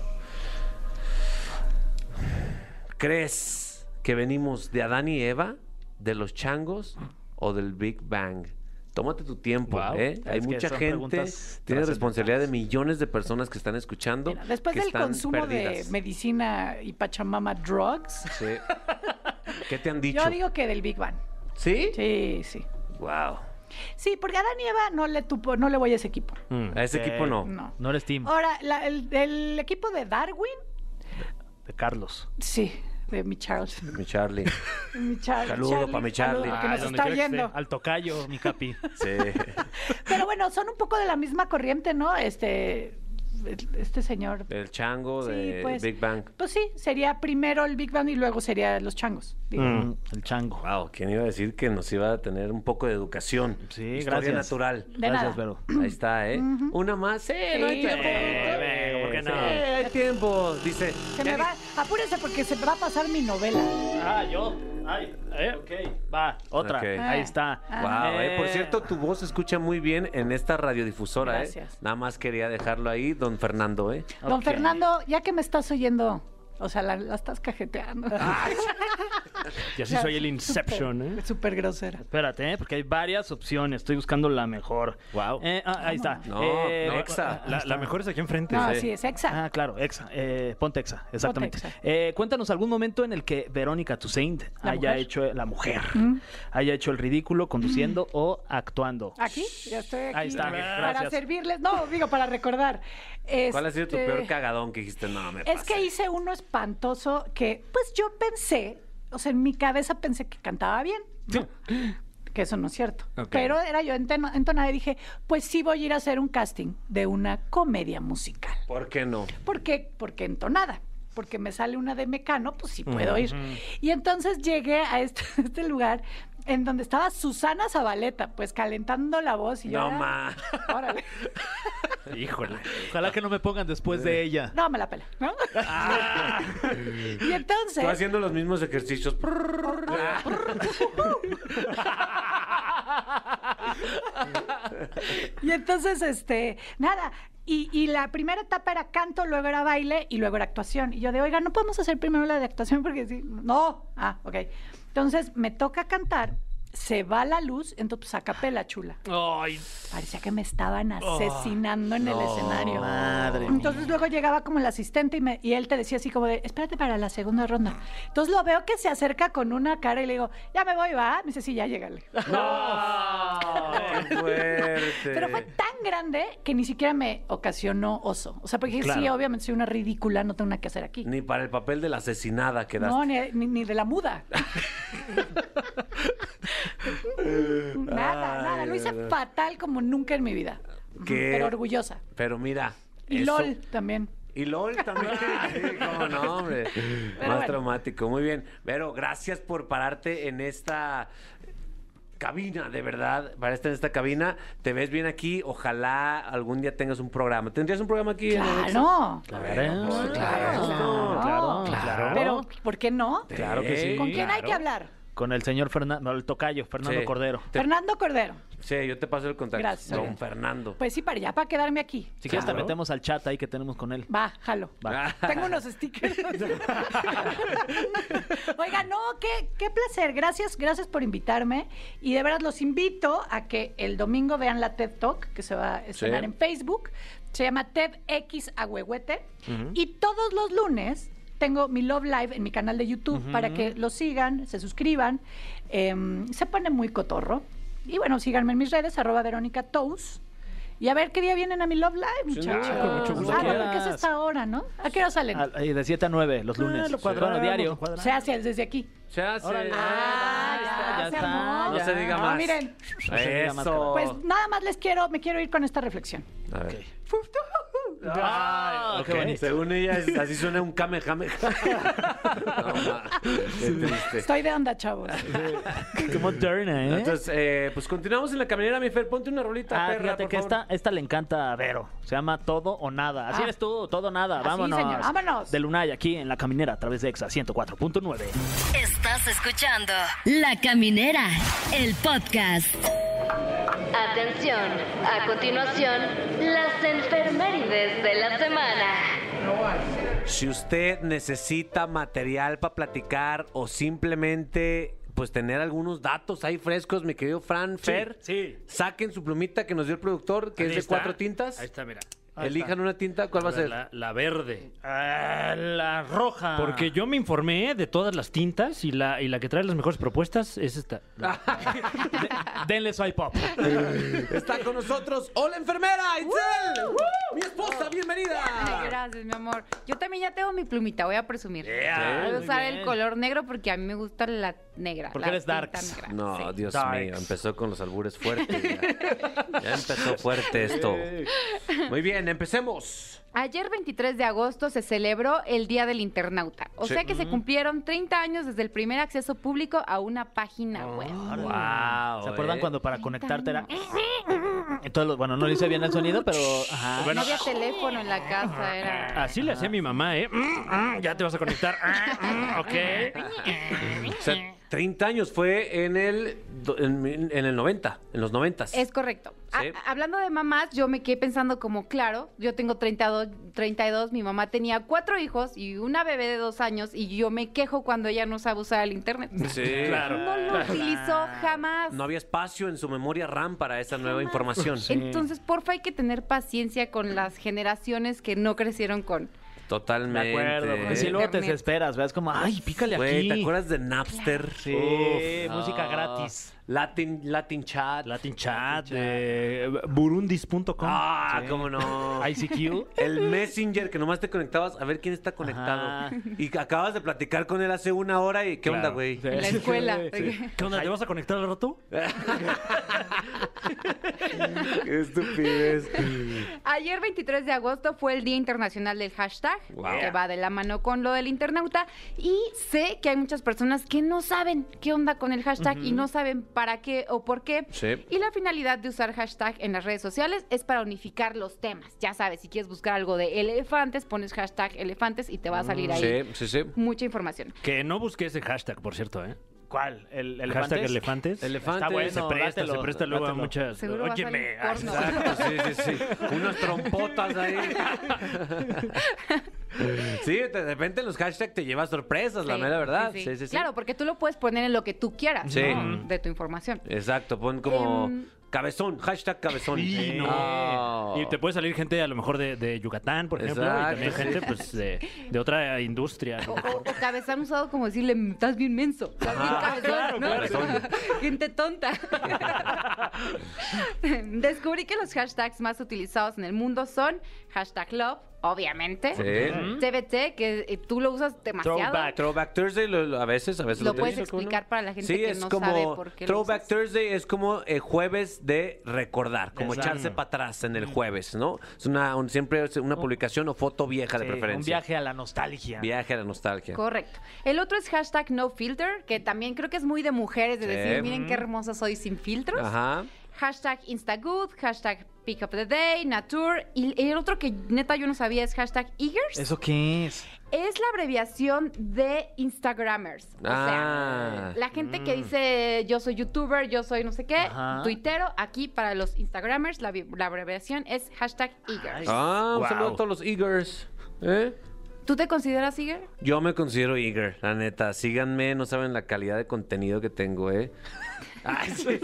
[SPEAKER 2] ¿Crees que venimos de Adán y Eva, de los changos o del Big Bang? Tómate tu tiempo,
[SPEAKER 3] Wow.
[SPEAKER 2] ¿eh? Hay
[SPEAKER 3] Es que
[SPEAKER 2] mucha
[SPEAKER 3] son
[SPEAKER 2] gente,
[SPEAKER 3] preguntas
[SPEAKER 2] tiene responsabilidad de millones de personas que están escuchando.
[SPEAKER 10] Mira, después
[SPEAKER 2] que
[SPEAKER 10] del
[SPEAKER 2] están
[SPEAKER 10] consumo
[SPEAKER 2] perdidas.
[SPEAKER 10] de medicina y Pachamama Drugs,
[SPEAKER 2] Sí. ¿Qué te han dicho?
[SPEAKER 10] yo digo que del Big Bang.
[SPEAKER 2] ¿Sí?
[SPEAKER 10] Sí, sí.
[SPEAKER 2] Wow.
[SPEAKER 10] Sí, porque a Adán y Eva no le, tupo- no le voy a ese equipo.
[SPEAKER 3] Mm,
[SPEAKER 2] A ese equipo no.
[SPEAKER 10] No. Oh.
[SPEAKER 3] No eres team.
[SPEAKER 10] Ahora, la- el, el equipo de Darwin,
[SPEAKER 3] De Carlos.
[SPEAKER 10] sí, de mi Charles.
[SPEAKER 2] Mi Charlie.
[SPEAKER 10] De Mi Charles
[SPEAKER 2] Saludo pa' mi Charlie.
[SPEAKER 10] saludo, que
[SPEAKER 2] Ah,
[SPEAKER 10] nos está oyendo.
[SPEAKER 3] Al tocayo, mi capi.
[SPEAKER 2] Sí.
[SPEAKER 10] Pero bueno, son un poco de la misma corriente, ¿no? Este, el- este señor.
[SPEAKER 2] El chango
[SPEAKER 10] Sí,
[SPEAKER 2] de
[SPEAKER 10] pues.
[SPEAKER 2] Big Bang.
[SPEAKER 10] Pues sí, sería primero el Big Bang y luego sería los changos. digo.
[SPEAKER 4] Mm.
[SPEAKER 3] El chango.
[SPEAKER 2] Wow, ¿quién iba a decir que nos iba a tener un poco de educación? Sí, Historia
[SPEAKER 3] gracias.
[SPEAKER 2] natural.
[SPEAKER 10] De nada. Gracias,
[SPEAKER 3] Vero.
[SPEAKER 2] Ahí está, ¿eh? Una más. Sí, no hay
[SPEAKER 10] Sí,
[SPEAKER 2] tiempo.
[SPEAKER 10] eh,
[SPEAKER 4] ¿cómo que no?
[SPEAKER 2] Sí, hay tiempo. Dice.
[SPEAKER 10] Se
[SPEAKER 2] ya
[SPEAKER 10] me
[SPEAKER 2] di-
[SPEAKER 10] va, apúrese porque se me va a pasar mi novela.
[SPEAKER 3] Ah, yo. Ay, eh, ok. Va, otra.
[SPEAKER 2] Ok.
[SPEAKER 10] Ah.
[SPEAKER 3] Ahí está.
[SPEAKER 2] Wow, eh, por
[SPEAKER 3] Eh,
[SPEAKER 2] cierto, tu voz se escucha muy bien en esta radiodifusora, ¿eh?
[SPEAKER 10] Gracias.
[SPEAKER 2] Nada más quería dejarlo ahí, don Fernando, ¿eh?
[SPEAKER 10] Don
[SPEAKER 3] ok.
[SPEAKER 10] Fernando, ya que me estás oyendo, o sea, la, la estás cajeteando.
[SPEAKER 2] Ah.
[SPEAKER 4] Y así soy el Inception, ¿eh?
[SPEAKER 10] Súper grosera.
[SPEAKER 3] Espérate, eh, porque hay varias opciones. Estoy buscando la mejor.
[SPEAKER 4] Wow.
[SPEAKER 3] Eh, ah, ahí está.
[SPEAKER 2] No,
[SPEAKER 3] Eh,
[SPEAKER 2] no, Exa.
[SPEAKER 4] La, la mejor es aquí enfrente.
[SPEAKER 10] No,
[SPEAKER 2] Sí.
[SPEAKER 10] sí, es exa.
[SPEAKER 3] Ah, claro, exa. Eh, ponte exa, exactamente.
[SPEAKER 10] Ponte Exa.
[SPEAKER 3] Eh, cuéntanos algún momento en el que Verónica Toussaint
[SPEAKER 10] ¿La
[SPEAKER 3] haya
[SPEAKER 10] mujer? Mm.
[SPEAKER 3] hecho la mujer, haya hecho el ridículo conduciendo o actuando.
[SPEAKER 10] Aquí, ya estoy aquí.
[SPEAKER 3] Ahí está,
[SPEAKER 10] Para
[SPEAKER 3] gracias.
[SPEAKER 10] servirles, no, digo, para recordar.
[SPEAKER 2] ¿Cuál ha sido tu
[SPEAKER 10] Este,
[SPEAKER 2] peor cagadón que dijiste? No, me
[SPEAKER 10] Es que
[SPEAKER 2] pasé"?
[SPEAKER 10] hice uno espantoso que, pues yo pensé, o sea, en mi cabeza pensé que cantaba bien, ¿no? que eso no es cierto.
[SPEAKER 4] Ok.
[SPEAKER 10] Pero era yo enten- entonada y dije, pues sí voy a ir a hacer un casting de una comedia musical.
[SPEAKER 2] ¿Por qué no?
[SPEAKER 10] ¿Por qué? Porque entonada. Porque me sale una de mecano, pues sí puedo ir. Y entonces llegué a este, este lugar en donde estaba Susana Zabaleta, pues calentando la voz. Y yo,
[SPEAKER 2] No,
[SPEAKER 10] "Ah,
[SPEAKER 2] ma.
[SPEAKER 10] Órale.
[SPEAKER 4] Híjole.
[SPEAKER 3] Ojalá que no me pongan después de ella.
[SPEAKER 10] No, me la pela, ¿no? y entonces.
[SPEAKER 2] Tú haciendo los mismos ejercicios.
[SPEAKER 10] Y entonces, este, nada. Y, y la primera etapa era canto, luego era baile y luego era actuación. Y yo de, oiga, no podemos hacer primero la de actuación porque sí, no. Ah, ok. Entonces me toca cantar, se va la luz, entonces saca pela chula.
[SPEAKER 4] Ay,
[SPEAKER 10] Parecía que me estaban asesinando en el escenario.
[SPEAKER 3] madre
[SPEAKER 10] Entonces luego llegaba como el asistente y, me- y él te decía así como de, espérate para la segunda ronda. Entonces lo veo que se acerca con una cara y le digo, ya me voy, va. Me dice, sí, ya llégale.
[SPEAKER 2] ¡Qué fuerte!
[SPEAKER 10] Pero fue tan grande que ni siquiera me ocasionó oso. O sea, porque dije, sí,
[SPEAKER 4] Claro.
[SPEAKER 10] obviamente soy una ridícula, no tengo nada que hacer aquí.
[SPEAKER 2] Ni para el papel de la asesinada quedaste.
[SPEAKER 10] No, ni, ni- ni de la muda. nada, nada. Lo hice
[SPEAKER 2] Ay, Dios.
[SPEAKER 10] fatal como nunca en mi vida.
[SPEAKER 2] Qué-
[SPEAKER 10] Pero orgullosa.
[SPEAKER 2] Pero mira.
[SPEAKER 10] Y
[SPEAKER 2] eso-
[SPEAKER 10] LOL también.
[SPEAKER 2] Y LOL también. Sí, cómo no, hombre. Más
[SPEAKER 10] bueno.
[SPEAKER 2] traumático. Muy bien. Vero, gracias por pararte en esta cabina, de verdad. Pararte en esta cabina. Te ves bien aquí. Ojalá algún día tengas un programa. ¿Tendrías un programa aquí? en
[SPEAKER 10] Ah,
[SPEAKER 2] el Exa?
[SPEAKER 10] Claro.
[SPEAKER 3] Claro,
[SPEAKER 2] pues,
[SPEAKER 10] Claro.
[SPEAKER 2] claro,
[SPEAKER 3] claro, claro.
[SPEAKER 10] Oh. Pero, ¿por qué no?
[SPEAKER 3] Claro que sí.
[SPEAKER 10] ¿Con quién hay que hablar?
[SPEAKER 3] Con el señor Fernando, el tocayo, Fernando
[SPEAKER 2] Sí.
[SPEAKER 3] Cordero.
[SPEAKER 2] Te-
[SPEAKER 10] Fernando Cordero.
[SPEAKER 2] Sí, yo te paso el contacto.
[SPEAKER 10] Gracias.
[SPEAKER 2] Don Fernando.
[SPEAKER 10] Pues sí, para allá, para quedarme aquí.
[SPEAKER 3] Si quieres te
[SPEAKER 2] Claro.
[SPEAKER 3] metemos al chat ahí que tenemos con él.
[SPEAKER 10] Va, jalo.
[SPEAKER 2] Va.
[SPEAKER 10] Tengo unos stickers. Oiga, no, qué, qué placer. Gracias, gracias por invitarme. Y de verdad los invito a que el domingo vean la TED Talk que se va a estrenar
[SPEAKER 2] Sí.
[SPEAKER 10] en Facebook. Se llama TEDx Agüehuete. Y todos los lunes tengo mi Love Live en mi canal de YouTube para que lo sigan, se suscriban. Em, se pone muy cotorro. Y bueno, síganme en mis redes, arroba Verónica Tous. Y a ver qué día vienen a mi Love Live, muchachos.
[SPEAKER 2] nada, con mucho gusto.
[SPEAKER 10] Ah, no, porque es esta hora, ¿no? ¿A qué hora salen?
[SPEAKER 3] Al- ahí de 7 a 9 los lunes.
[SPEAKER 2] Ah, lo
[SPEAKER 3] bueno,
[SPEAKER 2] cuadramos,
[SPEAKER 3] diario.
[SPEAKER 10] Se hace desde aquí.
[SPEAKER 2] Se hace.
[SPEAKER 3] Órale.
[SPEAKER 10] Ah,
[SPEAKER 3] ya
[SPEAKER 10] ya, se
[SPEAKER 3] está,
[SPEAKER 10] armó.
[SPEAKER 2] No se diga
[SPEAKER 10] Ah,
[SPEAKER 2] más. Oh.
[SPEAKER 10] miren,
[SPEAKER 3] No se diga más,
[SPEAKER 2] Eso.
[SPEAKER 10] pues nada más les quiero, me quiero ir con esta reflexión.
[SPEAKER 2] A ver.
[SPEAKER 3] Ah, qué
[SPEAKER 2] Ok,
[SPEAKER 3] bonito.
[SPEAKER 2] Según ella, es- así suena un Kamehameha. No, ma, qué triste.
[SPEAKER 10] Estoy de onda, chavos.
[SPEAKER 3] Qué moderna, ¿eh?
[SPEAKER 2] Entonces, eh, pues continuamos en la caminera, mi Fer. Ponte una rolita,
[SPEAKER 3] Ah,
[SPEAKER 2] perra,
[SPEAKER 3] fíjate
[SPEAKER 2] por
[SPEAKER 3] que
[SPEAKER 2] favor.
[SPEAKER 3] esta, esta le encanta a Vero. Se llama Todo o Nada. Así
[SPEAKER 10] Ah.
[SPEAKER 3] eres tú, Todo o Nada.
[SPEAKER 10] Así,
[SPEAKER 3] Vámonos.
[SPEAKER 10] señor, vámonos.
[SPEAKER 3] De Lunay, aquí en La Caminera, a través de EXA 104.9.
[SPEAKER 5] Estás escuchando La Caminera, el podcast. Atención, a continuación, las enfermerides de la semana.
[SPEAKER 2] Si usted necesita material para platicar o simplemente pues tener algunos datos ahí frescos, mi querido Fran Fer,
[SPEAKER 4] sí.
[SPEAKER 2] saquen su plumita que nos dio el productor, que
[SPEAKER 4] Ahí
[SPEAKER 2] es de
[SPEAKER 4] está.
[SPEAKER 2] cuatro tintas. Ah,
[SPEAKER 4] Ahí está, mira.
[SPEAKER 2] Elijan una tinta, ¿cuál va a
[SPEAKER 4] La-
[SPEAKER 2] ser?
[SPEAKER 4] La, la verde.
[SPEAKER 3] Ah, la roja.
[SPEAKER 4] Porque yo me informé de todas las tintas y la, y la que trae las mejores propuestas es esta.
[SPEAKER 3] Denle su pop.
[SPEAKER 2] Está con nosotros, hola enfermera, Itzel, mi esposa, bienvenida.
[SPEAKER 11] Ay, gracias, mi amor. Yo también ya tengo mi plumita, voy a presumir.
[SPEAKER 2] Yeah.
[SPEAKER 11] voy a
[SPEAKER 3] Ah, Muy
[SPEAKER 11] usar
[SPEAKER 3] bien.
[SPEAKER 11] el color negro porque a mí me gusta la negra.
[SPEAKER 3] Porque
[SPEAKER 11] la
[SPEAKER 3] eres
[SPEAKER 11] tinta
[SPEAKER 3] darks.
[SPEAKER 11] negra,
[SPEAKER 2] No,
[SPEAKER 11] sí.
[SPEAKER 2] Dios
[SPEAKER 3] Darks.
[SPEAKER 2] mío, empezó con los albures fuertes. Ya, Ya empezó fuerte esto. Muy bien, empecemos.
[SPEAKER 11] Ayer 23 de agosto se celebró el Día del Internauta. O
[SPEAKER 3] Sí.
[SPEAKER 11] sea que se
[SPEAKER 3] Mm.
[SPEAKER 11] cumplieron 30 años desde el primer acceso público a una página web.
[SPEAKER 3] Wow, ¿Se acuerdan
[SPEAKER 2] eh.
[SPEAKER 3] cuando para conectarte era? Entonces, bueno, no le hice bien el sonido, pero. Ajá.
[SPEAKER 11] No había teléfono en la casa, era...
[SPEAKER 4] Así le hacía mi mamá, ¿eh? Mm, mm, ya te vas a conectar. Mm, mm, ok.
[SPEAKER 2] O sea, 30 años fue en el, do- en, en el 90, en los 90.
[SPEAKER 11] Es correcto. A-
[SPEAKER 2] Sí.
[SPEAKER 11] hablando de mamás, yo me quedé pensando como, claro, yo tengo 32, 32, mi mamá tenía cuatro hijos y una bebé de dos años y yo me quejo cuando ella no sabe usar el internet.
[SPEAKER 2] Sí.
[SPEAKER 4] Claro.
[SPEAKER 11] No lo utilizó jamás.
[SPEAKER 2] No había espacio en su memoria RAM para esa nueva información.
[SPEAKER 11] Entonces, porfa, hay que tener paciencia con las generaciones que no crecieron con...
[SPEAKER 2] Totalmente.
[SPEAKER 3] De acuerdo, porque si luego te
[SPEAKER 11] Internet.
[SPEAKER 3] desesperas, ¿ves? Como, ay, pícale
[SPEAKER 2] Güey,
[SPEAKER 3] aquí.
[SPEAKER 2] ¿te acuerdas de Napster? Ah.
[SPEAKER 3] Sí, música gratis.
[SPEAKER 2] Latin, Latin Chat.
[SPEAKER 4] Latin Chat, eh, burundis.com.
[SPEAKER 2] Ah, cómo no.
[SPEAKER 4] ICQ.
[SPEAKER 2] El Messenger que nomás te conectabas a ver quién está conectado.
[SPEAKER 3] Ajá.
[SPEAKER 2] Y que acabas de platicar con él hace una hora y ¿qué onda,
[SPEAKER 4] Claro.
[SPEAKER 2] güey?
[SPEAKER 4] Sí. En
[SPEAKER 11] La escuela.
[SPEAKER 4] ¿Qué onda? ¿Te vas a conectar al rato?
[SPEAKER 2] Qué estupidez.
[SPEAKER 11] Ayer 23 de agosto fue el Día Internacional del Hashtag,
[SPEAKER 2] Wow.
[SPEAKER 11] que va de la mano con lo del internauta. Y sé que hay muchas personas que no saben qué onda con el hashtag y no saben para qué o por qué.
[SPEAKER 2] Sí.
[SPEAKER 11] Y la finalidad de usar hashtag en las redes sociales es para unificar los temas. Ya sabes, si quieres buscar algo de elefantes, pones hashtag elefantes y te va a salir ahí
[SPEAKER 2] Sí, sí, sí.
[SPEAKER 11] mucha información.
[SPEAKER 4] Que no busqué ese hashtag, por cierto, ¿eh?
[SPEAKER 3] ¿Cuál? ¿El elefantes?
[SPEAKER 4] Hashtag elefantes.
[SPEAKER 2] Elefantes.
[SPEAKER 4] Está bueno, se
[SPEAKER 3] No,
[SPEAKER 4] presta,
[SPEAKER 3] dátelo,
[SPEAKER 4] se presta luego
[SPEAKER 3] dátelo.
[SPEAKER 4] a muchas.
[SPEAKER 11] Seguro va a salir
[SPEAKER 4] Óyeme,
[SPEAKER 11] porno.
[SPEAKER 2] Exacto, Ah, sí, sí, sí. Unas trompotas ahí. Sí, de repente los hashtags te llevan sorpresas, la
[SPEAKER 11] Sí,
[SPEAKER 2] mera verdad.
[SPEAKER 11] sí, sí.
[SPEAKER 2] Sí, sí, sí.
[SPEAKER 11] Claro, porque tú lo puedes poner en lo que tú quieras
[SPEAKER 2] Sí.
[SPEAKER 11] ¿no? de tu información.
[SPEAKER 2] Exacto, pon como
[SPEAKER 11] Em.
[SPEAKER 2] cabezón, hashtag cabezón.
[SPEAKER 4] Sí, no.
[SPEAKER 2] Ah.
[SPEAKER 4] Y te puede salir gente a lo mejor de, de Yucatán, por ejemplo, y también
[SPEAKER 2] Exacto, sí.
[SPEAKER 4] gente pues, de, de otra industria.
[SPEAKER 11] O, o- o cabezón usado como decirle, "Mm, estás bien menso, estás bien cabezón", ¿no? Gente tonta. Descubrí que los hashtags más utilizados en el mundo son hashtag love, obviamente.
[SPEAKER 2] Sí.
[SPEAKER 11] TBT, que eh, tú lo usas ¿Eh? demasiado.
[SPEAKER 2] Throwback Thursday lo- lo- a veces, a veces
[SPEAKER 11] Lo puedes
[SPEAKER 2] utilizo, ¿cómo no?
[SPEAKER 11] explicar para la gente
[SPEAKER 2] Sí,
[SPEAKER 11] que
[SPEAKER 2] es
[SPEAKER 11] no
[SPEAKER 2] como
[SPEAKER 11] sabe por qué lo
[SPEAKER 2] Throwback
[SPEAKER 11] usas.
[SPEAKER 2] Thursday es como eh, jueves de recordar, como
[SPEAKER 3] Exacto.
[SPEAKER 2] echarse para atrás en el jueves, ¿no? Es una un- siempre es
[SPEAKER 11] Oh.
[SPEAKER 2] una publicación o foto vieja de
[SPEAKER 3] Sí,
[SPEAKER 2] preferencia.
[SPEAKER 3] Un viaje a la nostalgia.
[SPEAKER 2] Viaje a la nostalgia.
[SPEAKER 11] Correcto. El otro es hashtag no filter, que también creo que es muy de mujeres, de
[SPEAKER 2] Sí.
[SPEAKER 11] decir, miren qué hermosa soy sin filtros.
[SPEAKER 2] Ajá.
[SPEAKER 11] Hashtag Instagood, hashtag Pick Up the Day, Nature. Y el otro que neta yo no sabía es hashtag Eagers.
[SPEAKER 3] ¿Eso qué es?
[SPEAKER 11] Es la abreviación de Instagrammers. O
[SPEAKER 2] Ah.
[SPEAKER 11] sea, la gente que dice yo soy youtuber, yo soy no sé qué,
[SPEAKER 3] Ajá.
[SPEAKER 11] tuitero, aquí para los Instagrammers la, vi- la abreviación es hashtag Eagers.
[SPEAKER 2] Ah, un
[SPEAKER 4] Wow.
[SPEAKER 2] saludo a todos los eagers. ¿Eh?
[SPEAKER 11] ¿Tú te consideras Eager?
[SPEAKER 2] Yo me considero eager, la neta. Síganme, no saben la calidad de contenido que tengo, ¿eh? Ay, sí.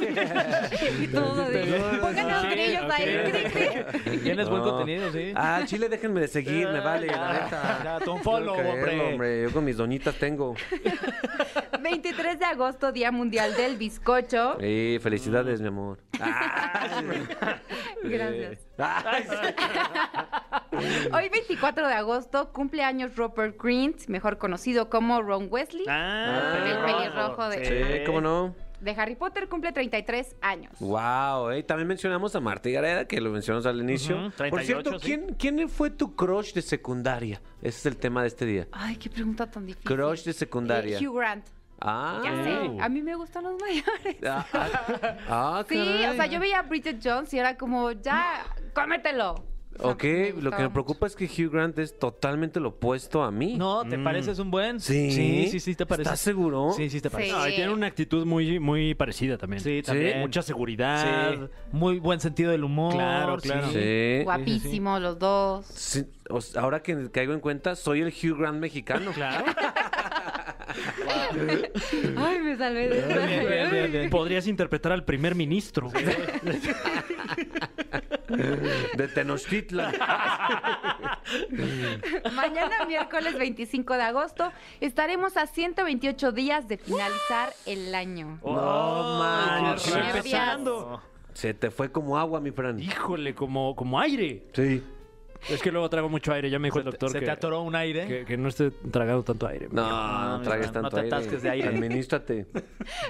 [SPEAKER 11] y todo de- Pongan los grillos ahí, cri, cri.
[SPEAKER 3] Tienes buen
[SPEAKER 2] No.
[SPEAKER 3] contenido, sí.
[SPEAKER 2] Ah, al Chile, déjenme de seguir, me vale,
[SPEAKER 3] Ya,
[SPEAKER 2] la neta.
[SPEAKER 3] ya, tú un
[SPEAKER 2] No puedo
[SPEAKER 3] follow,
[SPEAKER 2] creerlo,
[SPEAKER 3] hombre.
[SPEAKER 2] hombre. Yo con mis doñitas tengo.
[SPEAKER 11] 23 de agosto, Día Mundial del Bizcocho.
[SPEAKER 2] Sí, felicidades, mi amor. Ah,
[SPEAKER 11] Gracias.
[SPEAKER 2] Ay,
[SPEAKER 11] Hoy 24 de agosto cumple años Robert Grint, mejor conocido como Ron Wesley,
[SPEAKER 4] Ah,
[SPEAKER 11] el pelirrojo de,
[SPEAKER 2] sí, cómo no.
[SPEAKER 11] de Harry Potter, cumple 33 años.
[SPEAKER 2] Wow, eh. también mencionamos a Marta Gareda, que lo mencionamos al inicio.
[SPEAKER 3] Ujú,
[SPEAKER 2] Por
[SPEAKER 3] 38,
[SPEAKER 2] cierto,
[SPEAKER 3] sí.
[SPEAKER 2] ¿quién, ¿quién fue tu crush de secundaria? Ese es el tema de este día.
[SPEAKER 11] Ay, qué pregunta tan difícil.
[SPEAKER 2] Crush de secundaria.
[SPEAKER 11] Eh, Hugh Grant.
[SPEAKER 2] Ah,
[SPEAKER 11] Ya sé, a mí me gustan los mayores.
[SPEAKER 2] Ah, ah, ah,
[SPEAKER 11] Sí, o
[SPEAKER 2] caray.
[SPEAKER 11] sea, yo veía a Bridget Jones y era como, ya, cómetelo. O sea,
[SPEAKER 2] Ok,
[SPEAKER 11] me
[SPEAKER 2] lo
[SPEAKER 11] gustaba
[SPEAKER 2] que me
[SPEAKER 11] mucho.
[SPEAKER 2] preocupa es que Hugh Grant es totalmente lo opuesto a mí.
[SPEAKER 3] No, ¿te pareces un buen?
[SPEAKER 2] Sí.
[SPEAKER 3] Sí, sí, sí, te pareces.
[SPEAKER 2] ¿Estás seguro?
[SPEAKER 3] Sí, sí, te
[SPEAKER 11] Sí.
[SPEAKER 3] pareces.
[SPEAKER 4] No, y tiene una actitud muy, muy parecida también.
[SPEAKER 3] Sí, también.
[SPEAKER 4] Mucha seguridad.
[SPEAKER 3] Sí. Muy buen sentido del humor.
[SPEAKER 4] Claro, claro.
[SPEAKER 2] Sí.
[SPEAKER 11] Guapísimo los dos.
[SPEAKER 2] Sí, o sea, ahora que caigo en cuenta, soy el Hugh Grant mexicano.
[SPEAKER 4] Claro.
[SPEAKER 11] Ay, me salvé de
[SPEAKER 3] Bien, bien, bien, bien, bien.
[SPEAKER 4] Podrías interpretar al primer ministro.
[SPEAKER 2] De Tenochtitlan.
[SPEAKER 11] Mañana miércoles 25 de agosto estaremos a 128 días de finalizar el año.
[SPEAKER 4] Oh,
[SPEAKER 3] Oh,
[SPEAKER 2] No manches.
[SPEAKER 4] Recién empezando.
[SPEAKER 2] Se te fue como agua, mi Fran.
[SPEAKER 4] Híjole, como, como aire.
[SPEAKER 2] Sí.
[SPEAKER 4] Es que luego trago mucho aire, ya me dijo el doctor
[SPEAKER 3] ¿Se
[SPEAKER 4] que,
[SPEAKER 3] te atoró ¿eh? un aire?
[SPEAKER 4] que, que no esté tragando tanto aire.
[SPEAKER 2] No, no tragues
[SPEAKER 3] no
[SPEAKER 2] tanto
[SPEAKER 3] te
[SPEAKER 2] aire.
[SPEAKER 3] atasques de aire.
[SPEAKER 2] Administrate.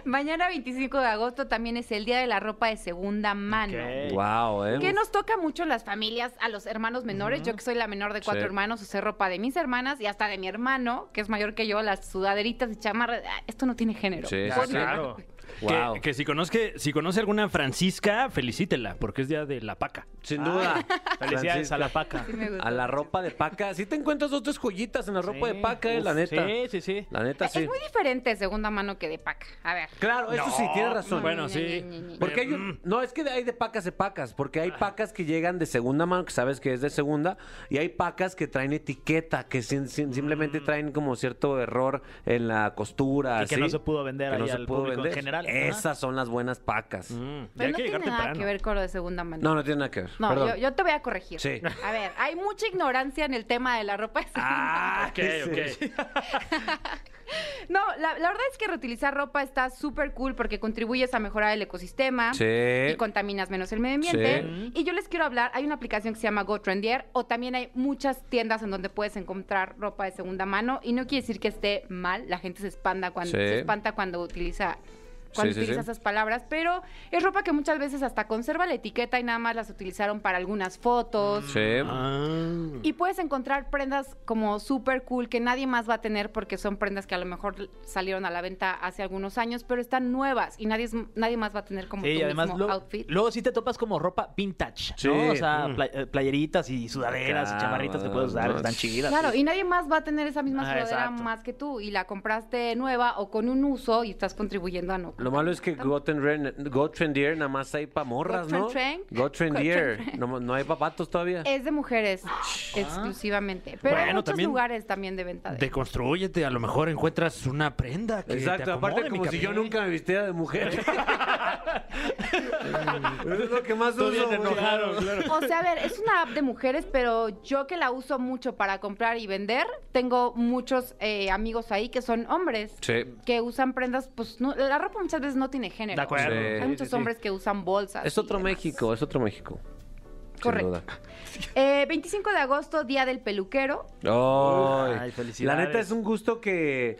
[SPEAKER 11] Mañana 25 de agosto también es el día de la ropa de segunda mano.
[SPEAKER 2] Wow, ¿eh?
[SPEAKER 11] Que nos toca mucho las familias, a los hermanos menores. Yo que soy la menor de cuatro
[SPEAKER 2] Sí.
[SPEAKER 11] hermanos, usé ropa de mis hermanas y hasta de mi hermano, que es mayor que yo, las sudaderitas de chamarra. Ah, Esto no tiene género.
[SPEAKER 4] Sí,
[SPEAKER 11] Odio.
[SPEAKER 4] claro. Que,
[SPEAKER 2] Ah,
[SPEAKER 4] que si, conozca, si conoce alguna Francisca, felicítela, porque es día de la paca.
[SPEAKER 2] Sin duda.
[SPEAKER 3] Felicidades a la
[SPEAKER 2] paca.
[SPEAKER 11] me gustó.
[SPEAKER 2] A la ropa de paca. Sí te encuentras dos, tres joyitas en la ropa de paca, eh, la
[SPEAKER 3] Uf,
[SPEAKER 2] neta.
[SPEAKER 3] Sí, sí, sí.
[SPEAKER 2] La neta, sí.
[SPEAKER 11] Es muy diferente de segunda mano que de paca. A ver.
[SPEAKER 2] Claro, eso sí, tienes razón.
[SPEAKER 4] Bueno, sí.
[SPEAKER 2] Porque hay
[SPEAKER 3] Mm.
[SPEAKER 2] un- No, es que hay de pacas de pacas, porque
[SPEAKER 3] Ah.
[SPEAKER 2] hay pacas que llegan de segunda mano, que sabes que es de segunda, y hay pacas que traen etiqueta, que sin- sin- simplemente traen como cierto error en la costura.
[SPEAKER 3] Mm. Y que
[SPEAKER 2] ¿sí?
[SPEAKER 3] no se pudo vender
[SPEAKER 2] Que no
[SPEAKER 3] ahí
[SPEAKER 2] se
[SPEAKER 3] al
[SPEAKER 2] pudo
[SPEAKER 3] público en
[SPEAKER 2] vender.
[SPEAKER 3] general. Ajá. Mm.
[SPEAKER 2] Esas son las buenas pacas.
[SPEAKER 4] Ah,
[SPEAKER 11] Pero no tiene nada que ver con lo de segunda mano.
[SPEAKER 2] No, no tiene nada que ver.
[SPEAKER 11] No,
[SPEAKER 2] Perdón.
[SPEAKER 11] yo, yo te voy a corregir. Ah,
[SPEAKER 2] Sí.
[SPEAKER 11] A ver, hay mucha ignorancia en el tema de la ropa de segunda mano.
[SPEAKER 4] Ok, ok.
[SPEAKER 11] No, la, la verdad es que reutilizar ropa está súper cool porque contribuyes a mejorar el ecosistema
[SPEAKER 2] Sí.
[SPEAKER 11] y contaminas menos el medio ambiente.
[SPEAKER 2] Sí.
[SPEAKER 11] Y yo les quiero hablar, hay una aplicación que se llama GoTrendier o también hay muchas tiendas en donde puedes encontrar ropa de segunda mano y no quiere decir que esté mal, la gente se espanta cuando,
[SPEAKER 2] Sí.
[SPEAKER 11] se espanta cuando utiliza cuando
[SPEAKER 2] Sí, sí,
[SPEAKER 11] utiliza
[SPEAKER 2] sí.
[SPEAKER 11] esas palabras, pero es ropa que muchas veces hasta conserva la etiqueta y nada más las utilizaron para algunas fotos.
[SPEAKER 2] Sí.
[SPEAKER 3] Ah.
[SPEAKER 11] Y puedes encontrar prendas como súper cool que nadie más va a tener porque son prendas que a lo mejor salieron a la venta hace algunos años, pero están nuevas y nadie, es- nadie más va a tener como
[SPEAKER 3] Sí,
[SPEAKER 11] tu
[SPEAKER 3] y además
[SPEAKER 11] mismo
[SPEAKER 3] lo-
[SPEAKER 11] outfit.
[SPEAKER 3] luego sí te topas como ropa vintage,
[SPEAKER 2] Sí.
[SPEAKER 3] ¿no? O sea,
[SPEAKER 2] Mm.
[SPEAKER 3] play- eh, playeritas y sudaderas y chamarritas que puedes usar,
[SPEAKER 2] Claro.
[SPEAKER 3] están chidas.
[SPEAKER 11] Claro, y nadie más va a tener esa misma
[SPEAKER 3] Ah,
[SPEAKER 11] sudadera
[SPEAKER 3] exacto.
[SPEAKER 11] más que tú y la compraste nueva o con un uso y estás contribuyendo a no.
[SPEAKER 2] Lo malo es que Gotenren- Gotrendier nada más hay pa' morras, ¿no?
[SPEAKER 11] Gotrentreng.
[SPEAKER 2] Gotrendier. No, no hay papatos todavía.
[SPEAKER 11] Es de mujeres
[SPEAKER 2] Ah.
[SPEAKER 11] exclusivamente, pero hay
[SPEAKER 4] Bueno,
[SPEAKER 11] muchos
[SPEAKER 4] también-
[SPEAKER 11] lugares también de venta de
[SPEAKER 4] Deconstrúyete, a lo mejor encuentras una prenda que te
[SPEAKER 2] Exacto,
[SPEAKER 4] acomode,
[SPEAKER 2] aparte
[SPEAKER 4] mi
[SPEAKER 2] como si yo
[SPEAKER 4] Capi.
[SPEAKER 2] nunca me vistiera de mujer. Eso es lo que más
[SPEAKER 3] Tú bien
[SPEAKER 2] uso. güey.
[SPEAKER 3] enojado, claro.
[SPEAKER 11] O sea, a ver, es una app de mujeres, pero yo que la uso mucho para comprar y vender, tengo muchos eh, amigos ahí que son hombres
[SPEAKER 2] Sí.
[SPEAKER 11] que usan prendas, pues no- la ropa muchas veces no tiene género.
[SPEAKER 3] De acuerdo.
[SPEAKER 2] Sí,
[SPEAKER 11] Hay muchos
[SPEAKER 2] sí, sí.
[SPEAKER 11] hombres que usan bolsas.
[SPEAKER 2] Es
[SPEAKER 11] y
[SPEAKER 2] otro
[SPEAKER 11] demás.
[SPEAKER 2] México, es otro México. sin
[SPEAKER 11] Correcto.
[SPEAKER 2] duda.
[SPEAKER 11] Eh, 25 de agosto, Día del Peluquero.
[SPEAKER 2] Ay,
[SPEAKER 3] Ay,
[SPEAKER 2] la
[SPEAKER 3] felicidades.
[SPEAKER 2] neta es un gusto que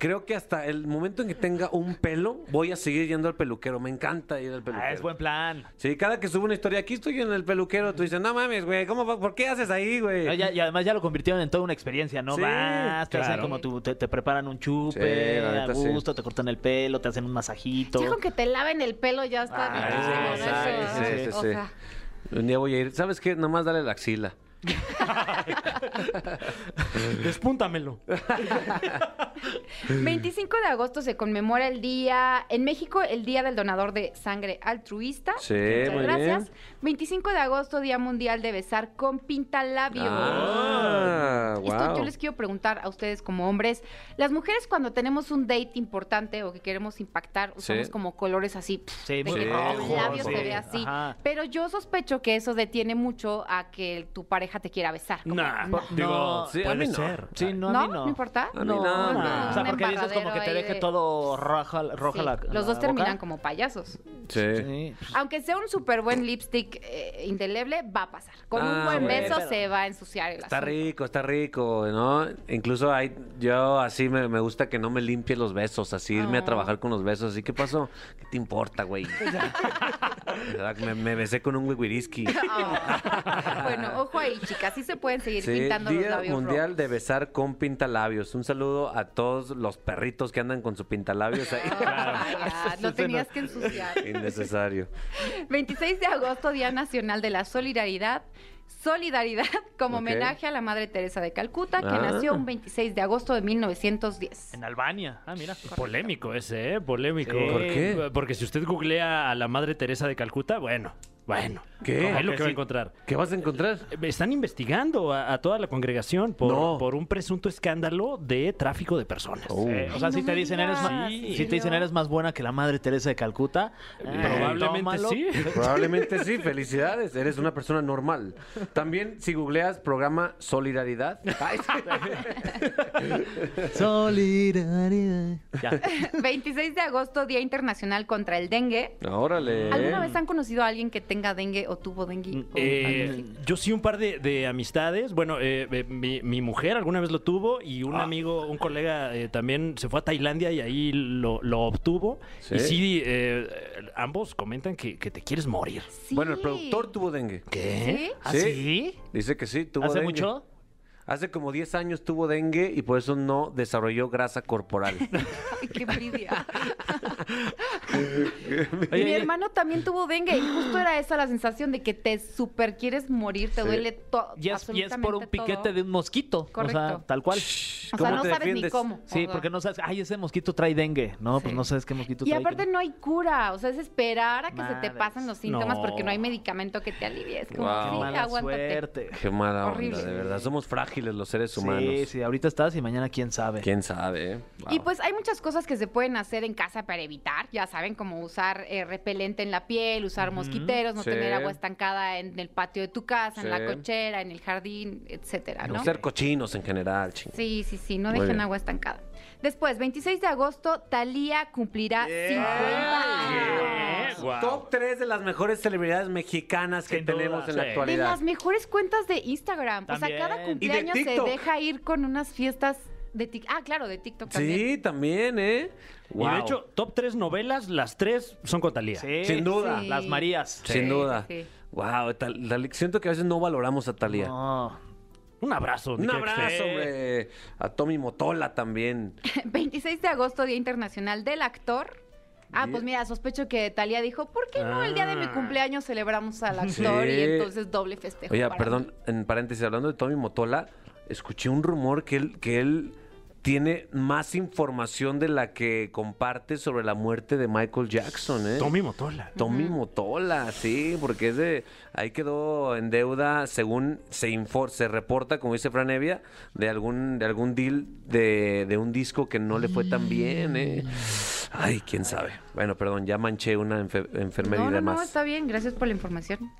[SPEAKER 2] creo que hasta el momento en que tenga un pelo voy a seguir yendo al peluquero. Me encanta ir al peluquero.
[SPEAKER 3] Ah, es buen plan.
[SPEAKER 2] Sí, cada que subo una historia, aquí estoy en el peluquero, tú dices, no mames, güey, ¿cómo, va- ¿por qué haces ahí,
[SPEAKER 3] No,
[SPEAKER 2] güey?
[SPEAKER 3] ya- y además ya lo convirtieron en toda una experiencia, ¿no?
[SPEAKER 2] Sí,
[SPEAKER 3] Vas, te hacen
[SPEAKER 4] claro.
[SPEAKER 3] como tu- te, te preparan un chupe,
[SPEAKER 2] Sí, la
[SPEAKER 3] a
[SPEAKER 2] neta, sí.
[SPEAKER 3] gusto, te cortan el pelo, te hacen un masajito.
[SPEAKER 11] Ya con que te laven el pelo ya está.
[SPEAKER 3] Ah,
[SPEAKER 11] riquísimo, ¿no?
[SPEAKER 3] sí,
[SPEAKER 11] Eso,
[SPEAKER 3] sí,
[SPEAKER 11] ¿no?
[SPEAKER 3] sí,
[SPEAKER 11] O sea,
[SPEAKER 2] Un día voy a ir, ¿sabes qué? Nomás dale la axila.
[SPEAKER 4] Despúntamelo.
[SPEAKER 11] 25 de agosto se conmemora el día, en México, el Día del Donador de Sangre Altruista.
[SPEAKER 2] Sí,
[SPEAKER 11] Muchas
[SPEAKER 2] muy
[SPEAKER 11] gracias.
[SPEAKER 2] bien.
[SPEAKER 11] 25 de agosto, Día Mundial de Besar con Pintalabios.
[SPEAKER 2] Ah,
[SPEAKER 11] Esto yo
[SPEAKER 2] wow.
[SPEAKER 11] les quiero preguntar a ustedes como hombres. Las mujeres cuando tenemos un date importante o que queremos impactar, usamos
[SPEAKER 2] Sí.
[SPEAKER 11] pues, como colores así, pff,
[SPEAKER 3] Sí,
[SPEAKER 11] de
[SPEAKER 3] muy
[SPEAKER 11] que
[SPEAKER 3] rojo,
[SPEAKER 11] los labios
[SPEAKER 3] sí.
[SPEAKER 11] se ve así.
[SPEAKER 3] Ajá.
[SPEAKER 11] Pero yo sospecho que eso detiene mucho a que tu pareja te quiera besar. Ah, Como,
[SPEAKER 4] Nah,
[SPEAKER 11] no.
[SPEAKER 4] digo,
[SPEAKER 3] sí,
[SPEAKER 4] puede
[SPEAKER 3] a mí no.
[SPEAKER 4] ser.
[SPEAKER 3] Sí, no, a
[SPEAKER 11] ¿No?
[SPEAKER 3] mí no.
[SPEAKER 11] ¿No importa?
[SPEAKER 2] A mí no, no.
[SPEAKER 3] O sea,
[SPEAKER 11] Un
[SPEAKER 3] porque dices como que te
[SPEAKER 11] embarradero
[SPEAKER 3] deje
[SPEAKER 11] ahí de-
[SPEAKER 3] todo roja, roja
[SPEAKER 11] Sí,
[SPEAKER 3] la
[SPEAKER 11] Los dos terminan como payasos.
[SPEAKER 3] Sí.
[SPEAKER 11] Aunque sea un súper buen lipstick eh, indeleble, va a pasar. Con
[SPEAKER 2] Ah,
[SPEAKER 11] un buen
[SPEAKER 2] bueno.
[SPEAKER 11] beso
[SPEAKER 3] Pero-
[SPEAKER 11] se va a ensuciar el
[SPEAKER 2] Está
[SPEAKER 11] asunto.
[SPEAKER 2] rico, está rico, ¿no? Incluso hay, yo así me, me gusta que no me limpie los besos, así irme a
[SPEAKER 11] Oh.
[SPEAKER 2] trabajar con los besos. ¿Y qué pasó? ¿Qué te importa, güey? me, me besé con un wigwiriski.
[SPEAKER 11] Ah. bueno, ojo ahí, chicas. Sí se pueden seguir pintando los
[SPEAKER 2] Día
[SPEAKER 11] labios
[SPEAKER 2] Mundial
[SPEAKER 11] rojos.
[SPEAKER 2] de Besar con Pintalabios. Un saludo a todos los perritos que andan con su pintalabios ahí.
[SPEAKER 11] Ah, ya, lo tenías que ensuciar.
[SPEAKER 2] Innecesario.
[SPEAKER 11] 26 de agosto, Día Nacional de la Solidaridad. Solidaridad como
[SPEAKER 2] Ok.
[SPEAKER 11] homenaje a la Madre Teresa de Calcuta, que
[SPEAKER 2] Ah.
[SPEAKER 11] nació un 26 de agosto de 1910.
[SPEAKER 3] En Albania. Ah, mira.
[SPEAKER 4] Polémico ese, ¿eh? Polémico.
[SPEAKER 3] Sí. ¿Por
[SPEAKER 2] qué?
[SPEAKER 4] Porque si usted googlea a la madre Teresa de Calcuta, bueno, bueno.
[SPEAKER 2] ¿Qué?
[SPEAKER 4] Es lo que va a
[SPEAKER 3] Sí.
[SPEAKER 4] encontrar.
[SPEAKER 2] ¿Qué vas a encontrar?
[SPEAKER 4] Eh, Están investigando a, a toda la congregación por,
[SPEAKER 2] No.
[SPEAKER 4] por un presunto escándalo de tráfico de personas.
[SPEAKER 2] Oh.
[SPEAKER 3] Eh, o sea,
[SPEAKER 11] Ay,
[SPEAKER 3] si
[SPEAKER 11] no
[SPEAKER 3] te
[SPEAKER 11] me
[SPEAKER 3] dicen eres
[SPEAKER 11] digas.
[SPEAKER 3] más,
[SPEAKER 11] Sí.
[SPEAKER 3] si te dicen eres más buena que la madre Teresa de Calcuta, eh,
[SPEAKER 4] Probablemente
[SPEAKER 3] tómalo.
[SPEAKER 4] sí.
[SPEAKER 2] Probablemente sí, felicidades, eres una persona normal. También si googleas programa Solidaridad, ay,
[SPEAKER 3] Solidaridad. Ya.
[SPEAKER 11] 26 de agosto, Día Internacional contra el Dengue.
[SPEAKER 2] órale.
[SPEAKER 11] ¿Alguna vez han conocido a alguien que tenga dengue o tuvo dengue. o algo
[SPEAKER 4] Eh,
[SPEAKER 11] así.
[SPEAKER 4] yo sí un par de, de amistades. Bueno, eh, eh, mi, mi mujer alguna vez lo tuvo y un amigo, un colega eh, también se fue a Tailandia y ahí lo, lo obtuvo.
[SPEAKER 2] Sí.
[SPEAKER 4] Y sí, eh, ambos comentan que, que te quieres morir.
[SPEAKER 2] Bueno, el productor tuvo dengue.
[SPEAKER 4] ¿Qué? ¿Sí? ¿Ah, sí?
[SPEAKER 2] Dice que sí, tuvo
[SPEAKER 4] ¿Hace
[SPEAKER 2] dengue.
[SPEAKER 4] mucho?
[SPEAKER 2] Hace como 10 años tuvo dengue y por eso no desarrolló grasa corporal.
[SPEAKER 11] Ay, qué envidia. Mi hermano también tuvo dengue y justo era esa la sensación de que te super quieres morir, te
[SPEAKER 3] Sí.
[SPEAKER 11] duele todo.
[SPEAKER 3] Y es, y es por un piquete de un mosquito. O sea,
[SPEAKER 11] Correcto.
[SPEAKER 3] tal cual.
[SPEAKER 11] O sea, ¿cómo no te sabes ni defiendes? cómo, o
[SPEAKER 3] Sí,
[SPEAKER 11] sea.
[SPEAKER 3] porque no sabes, ay, ese mosquito trae dengue. No, pues
[SPEAKER 11] Sí.
[SPEAKER 3] no sabes qué mosquito
[SPEAKER 11] Y
[SPEAKER 3] trae.
[SPEAKER 11] aparte no hay cura, o sea, es esperar a que se
[SPEAKER 3] Madres.
[SPEAKER 11] te pasen los síntomas
[SPEAKER 3] No.
[SPEAKER 11] porque no hay medicamento que te alivie. Es como,
[SPEAKER 2] Wow.
[SPEAKER 11] sí,
[SPEAKER 2] Mala
[SPEAKER 11] aguántate.
[SPEAKER 3] suerte.
[SPEAKER 2] Qué mala
[SPEAKER 11] Horrible.
[SPEAKER 2] onda, de verdad. Somos frágiles los seres
[SPEAKER 3] Sí,
[SPEAKER 2] humanos.
[SPEAKER 3] sí, ahorita estás y mañana quién sabe.
[SPEAKER 2] ¿Quién sabe? eh?
[SPEAKER 11] Y pues hay muchas cosas que se pueden hacer en casa para evitar, ya saben, como usar eh, repelente en la piel, usar mosquiteros, no
[SPEAKER 2] Sí.
[SPEAKER 11] tener agua estancada en el patio de tu casa, en la
[SPEAKER 2] Sí.
[SPEAKER 11] cochera, en el jardín, etcétera,
[SPEAKER 2] No
[SPEAKER 11] ¿no?
[SPEAKER 2] ser cochinos en general, ching.
[SPEAKER 11] Sí, sí, sí, no
[SPEAKER 2] Muy
[SPEAKER 11] dejen
[SPEAKER 2] bien.
[SPEAKER 11] agua estancada. Después, 26 de agosto, Talía cumplirá 50 años.
[SPEAKER 2] Top 3 de las mejores celebridades mexicanas que tenemos en la
[SPEAKER 4] sí.
[SPEAKER 11] De
[SPEAKER 2] actualidad.
[SPEAKER 11] las mejores cuentas de Instagram. O
[SPEAKER 2] También.
[SPEAKER 11] sea,
[SPEAKER 2] Y
[SPEAKER 11] cada
[SPEAKER 2] de
[SPEAKER 11] cumpleaños se
[SPEAKER 2] TikTok.
[SPEAKER 11] deja ir con unas fiestas de TikTok. Ah, claro, de TikTok también.
[SPEAKER 2] Sí, también, ¿eh?
[SPEAKER 4] Y
[SPEAKER 2] Wow.
[SPEAKER 4] de hecho, top tres novelas, las tres son con Talía.
[SPEAKER 2] Sin duda.
[SPEAKER 11] Sí. Las Marías.
[SPEAKER 2] Sin
[SPEAKER 11] Sí,
[SPEAKER 2] duda.
[SPEAKER 11] sí.
[SPEAKER 2] Wow, tal- tal- siento que a veces no valoramos a Talía.
[SPEAKER 4] Un abrazo.
[SPEAKER 2] Un abrazo, hombre. A Tommy Motola también.
[SPEAKER 11] 26 de agosto, Día Internacional del Actor. Ah,
[SPEAKER 2] Bien.
[SPEAKER 11] pues mira, sospecho que Talía dijo, ¿por qué no el día de mi
[SPEAKER 2] Ah.
[SPEAKER 11] cumpleaños celebramos al actor
[SPEAKER 2] Sí.
[SPEAKER 11] y entonces doble festejo?
[SPEAKER 2] Oye,
[SPEAKER 11] para mí?
[SPEAKER 2] perdón, en paréntesis, hablando de Tommy Motola, escuché un rumor que él, que él tiene más información de la que comparte sobre la muerte de Michael Jackson, ¿eh?
[SPEAKER 4] Tommy Motola.
[SPEAKER 2] Tommy Motola, sí, porque es de, ahí quedó en deuda, según se infor- se reporta, como dice Fran Evia, de algún, de algún deal de, de un disco que no le fue tan bien,
[SPEAKER 11] Mm.
[SPEAKER 2] ¿eh? Ay, quién sabe. Bueno, perdón, ya manché una enfe- enfermería
[SPEAKER 11] No, no,
[SPEAKER 2] de más.
[SPEAKER 11] no, está bien, gracias por la información.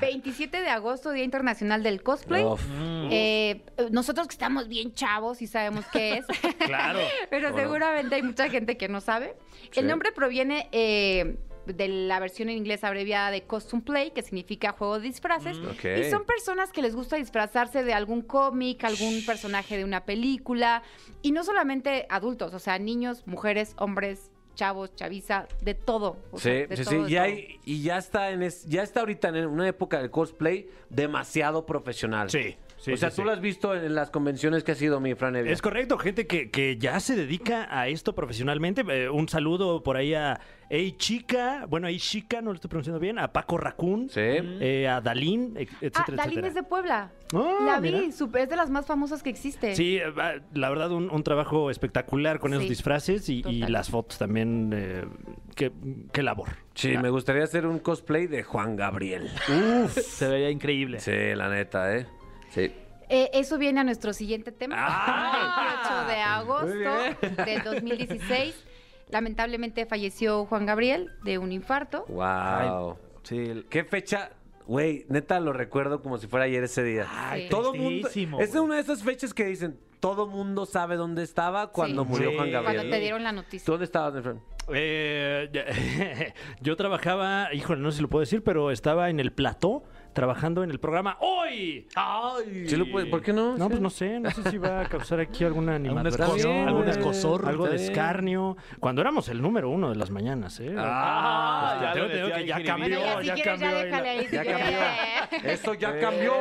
[SPEAKER 11] 27 de agosto, Día Internacional del Cosplay.
[SPEAKER 2] Uf.
[SPEAKER 11] Eh, nosotros que estamos bien chavos y sabemos qué es.
[SPEAKER 4] Claro.
[SPEAKER 11] Pero
[SPEAKER 4] ¿Cómo no?
[SPEAKER 11] seguramente hay mucha gente que no sabe.
[SPEAKER 4] Sí.
[SPEAKER 11] El nombre proviene eh, de la versión en inglés abreviada de Costume Play, que significa juego de disfraces.
[SPEAKER 2] Mm. Ok.
[SPEAKER 11] pues, Y son personas que les gusta disfrazarse de algún cómic, algún personaje de una película. Y no solamente adultos, o sea, niños, mujeres, hombres, chavos, chaviza, de todo. o sea,
[SPEAKER 2] Sí,
[SPEAKER 11] de
[SPEAKER 2] sí, sí.
[SPEAKER 11] todo, de
[SPEAKER 2] Y,
[SPEAKER 11] todo.
[SPEAKER 2] hay- y ya está en es- ya está ahorita en una época del cosplay demasiado profesional. Sí.
[SPEAKER 4] sí,
[SPEAKER 2] o sea,
[SPEAKER 4] sí,
[SPEAKER 2] tú
[SPEAKER 4] sí.
[SPEAKER 2] lo has visto en las convenciones que ha sido mi Fran Evia.
[SPEAKER 4] Es correcto, gente que, que ya se dedica a esto profesionalmente. Eh, un saludo por ahí a Ey Chica, bueno, Ey Chica, no lo estoy pronunciando bien, a Paco Raccoon, eh, a Dalín, e-
[SPEAKER 11] Ah,
[SPEAKER 4] etcétera,
[SPEAKER 11] Dalín
[SPEAKER 4] etcétera.
[SPEAKER 11] es de Puebla.
[SPEAKER 4] Ah,
[SPEAKER 11] la vi,
[SPEAKER 4] mira.
[SPEAKER 11] sup- es de las más famosas que existe.
[SPEAKER 4] Sí, eh, va- la verdad, un, un trabajo espectacular con esos
[SPEAKER 11] Sí,
[SPEAKER 4] disfraces y, y
[SPEAKER 11] total.
[SPEAKER 4] las fotos también. eh, qué, qué labor.
[SPEAKER 2] Sí, me gustaría hacer un cosplay de Juan Gabriel.
[SPEAKER 3] Uf, se vería increíble.
[SPEAKER 2] Sí, la neta, ¿eh? Sí.
[SPEAKER 11] Eh, eso viene a nuestro siguiente tema.
[SPEAKER 4] Ah.
[SPEAKER 11] 28 de
[SPEAKER 2] Muy
[SPEAKER 11] agosto del 2016. Lamentablemente falleció Juan Gabriel de un infarto.
[SPEAKER 2] Wow. ¿Qué fecha? Güey, neta lo recuerdo como si fuera ayer ese día.
[SPEAKER 11] Ay, Sí.
[SPEAKER 2] todo mundo.
[SPEAKER 11] tristísimo,
[SPEAKER 2] Es una de esas fechas que dicen, todo mundo sabe dónde estaba cuando
[SPEAKER 4] Sí.
[SPEAKER 2] murió
[SPEAKER 4] Sí.
[SPEAKER 2] Juan Gabriel.
[SPEAKER 11] Cuando te dieron la noticia.
[SPEAKER 2] ¿Tú dónde estabas, mi Fran?
[SPEAKER 4] Eh, ya- yo trabajaba, híjole, no sé si lo puedo decir, pero estaba en el plató trabajando en el programa hoy. ¡Ay!
[SPEAKER 2] Sí lo puede- ¿Por qué no?
[SPEAKER 4] No, pues no sé, no sé si va a causar aquí alguna animadversión,
[SPEAKER 2] escosor,
[SPEAKER 4] algún
[SPEAKER 2] güey.
[SPEAKER 4] escosor, algo
[SPEAKER 2] Está
[SPEAKER 4] de
[SPEAKER 2] bien.
[SPEAKER 4] escarnio. Cuando éramos el número uno de las mañanas, ¿eh?
[SPEAKER 2] Ah,
[SPEAKER 4] Te
[SPEAKER 2] ya
[SPEAKER 4] tengo-
[SPEAKER 2] lo
[SPEAKER 4] te digo
[SPEAKER 2] metió
[SPEAKER 4] que ya
[SPEAKER 2] ahí,
[SPEAKER 4] cambió,
[SPEAKER 2] Jimmy.
[SPEAKER 4] ya
[SPEAKER 11] quieres,
[SPEAKER 4] cambió. ahí
[SPEAKER 11] déjala
[SPEAKER 4] la-
[SPEAKER 11] ahí, si
[SPEAKER 2] Ya
[SPEAKER 11] quieres.
[SPEAKER 2] cambió. Eso ya cambió.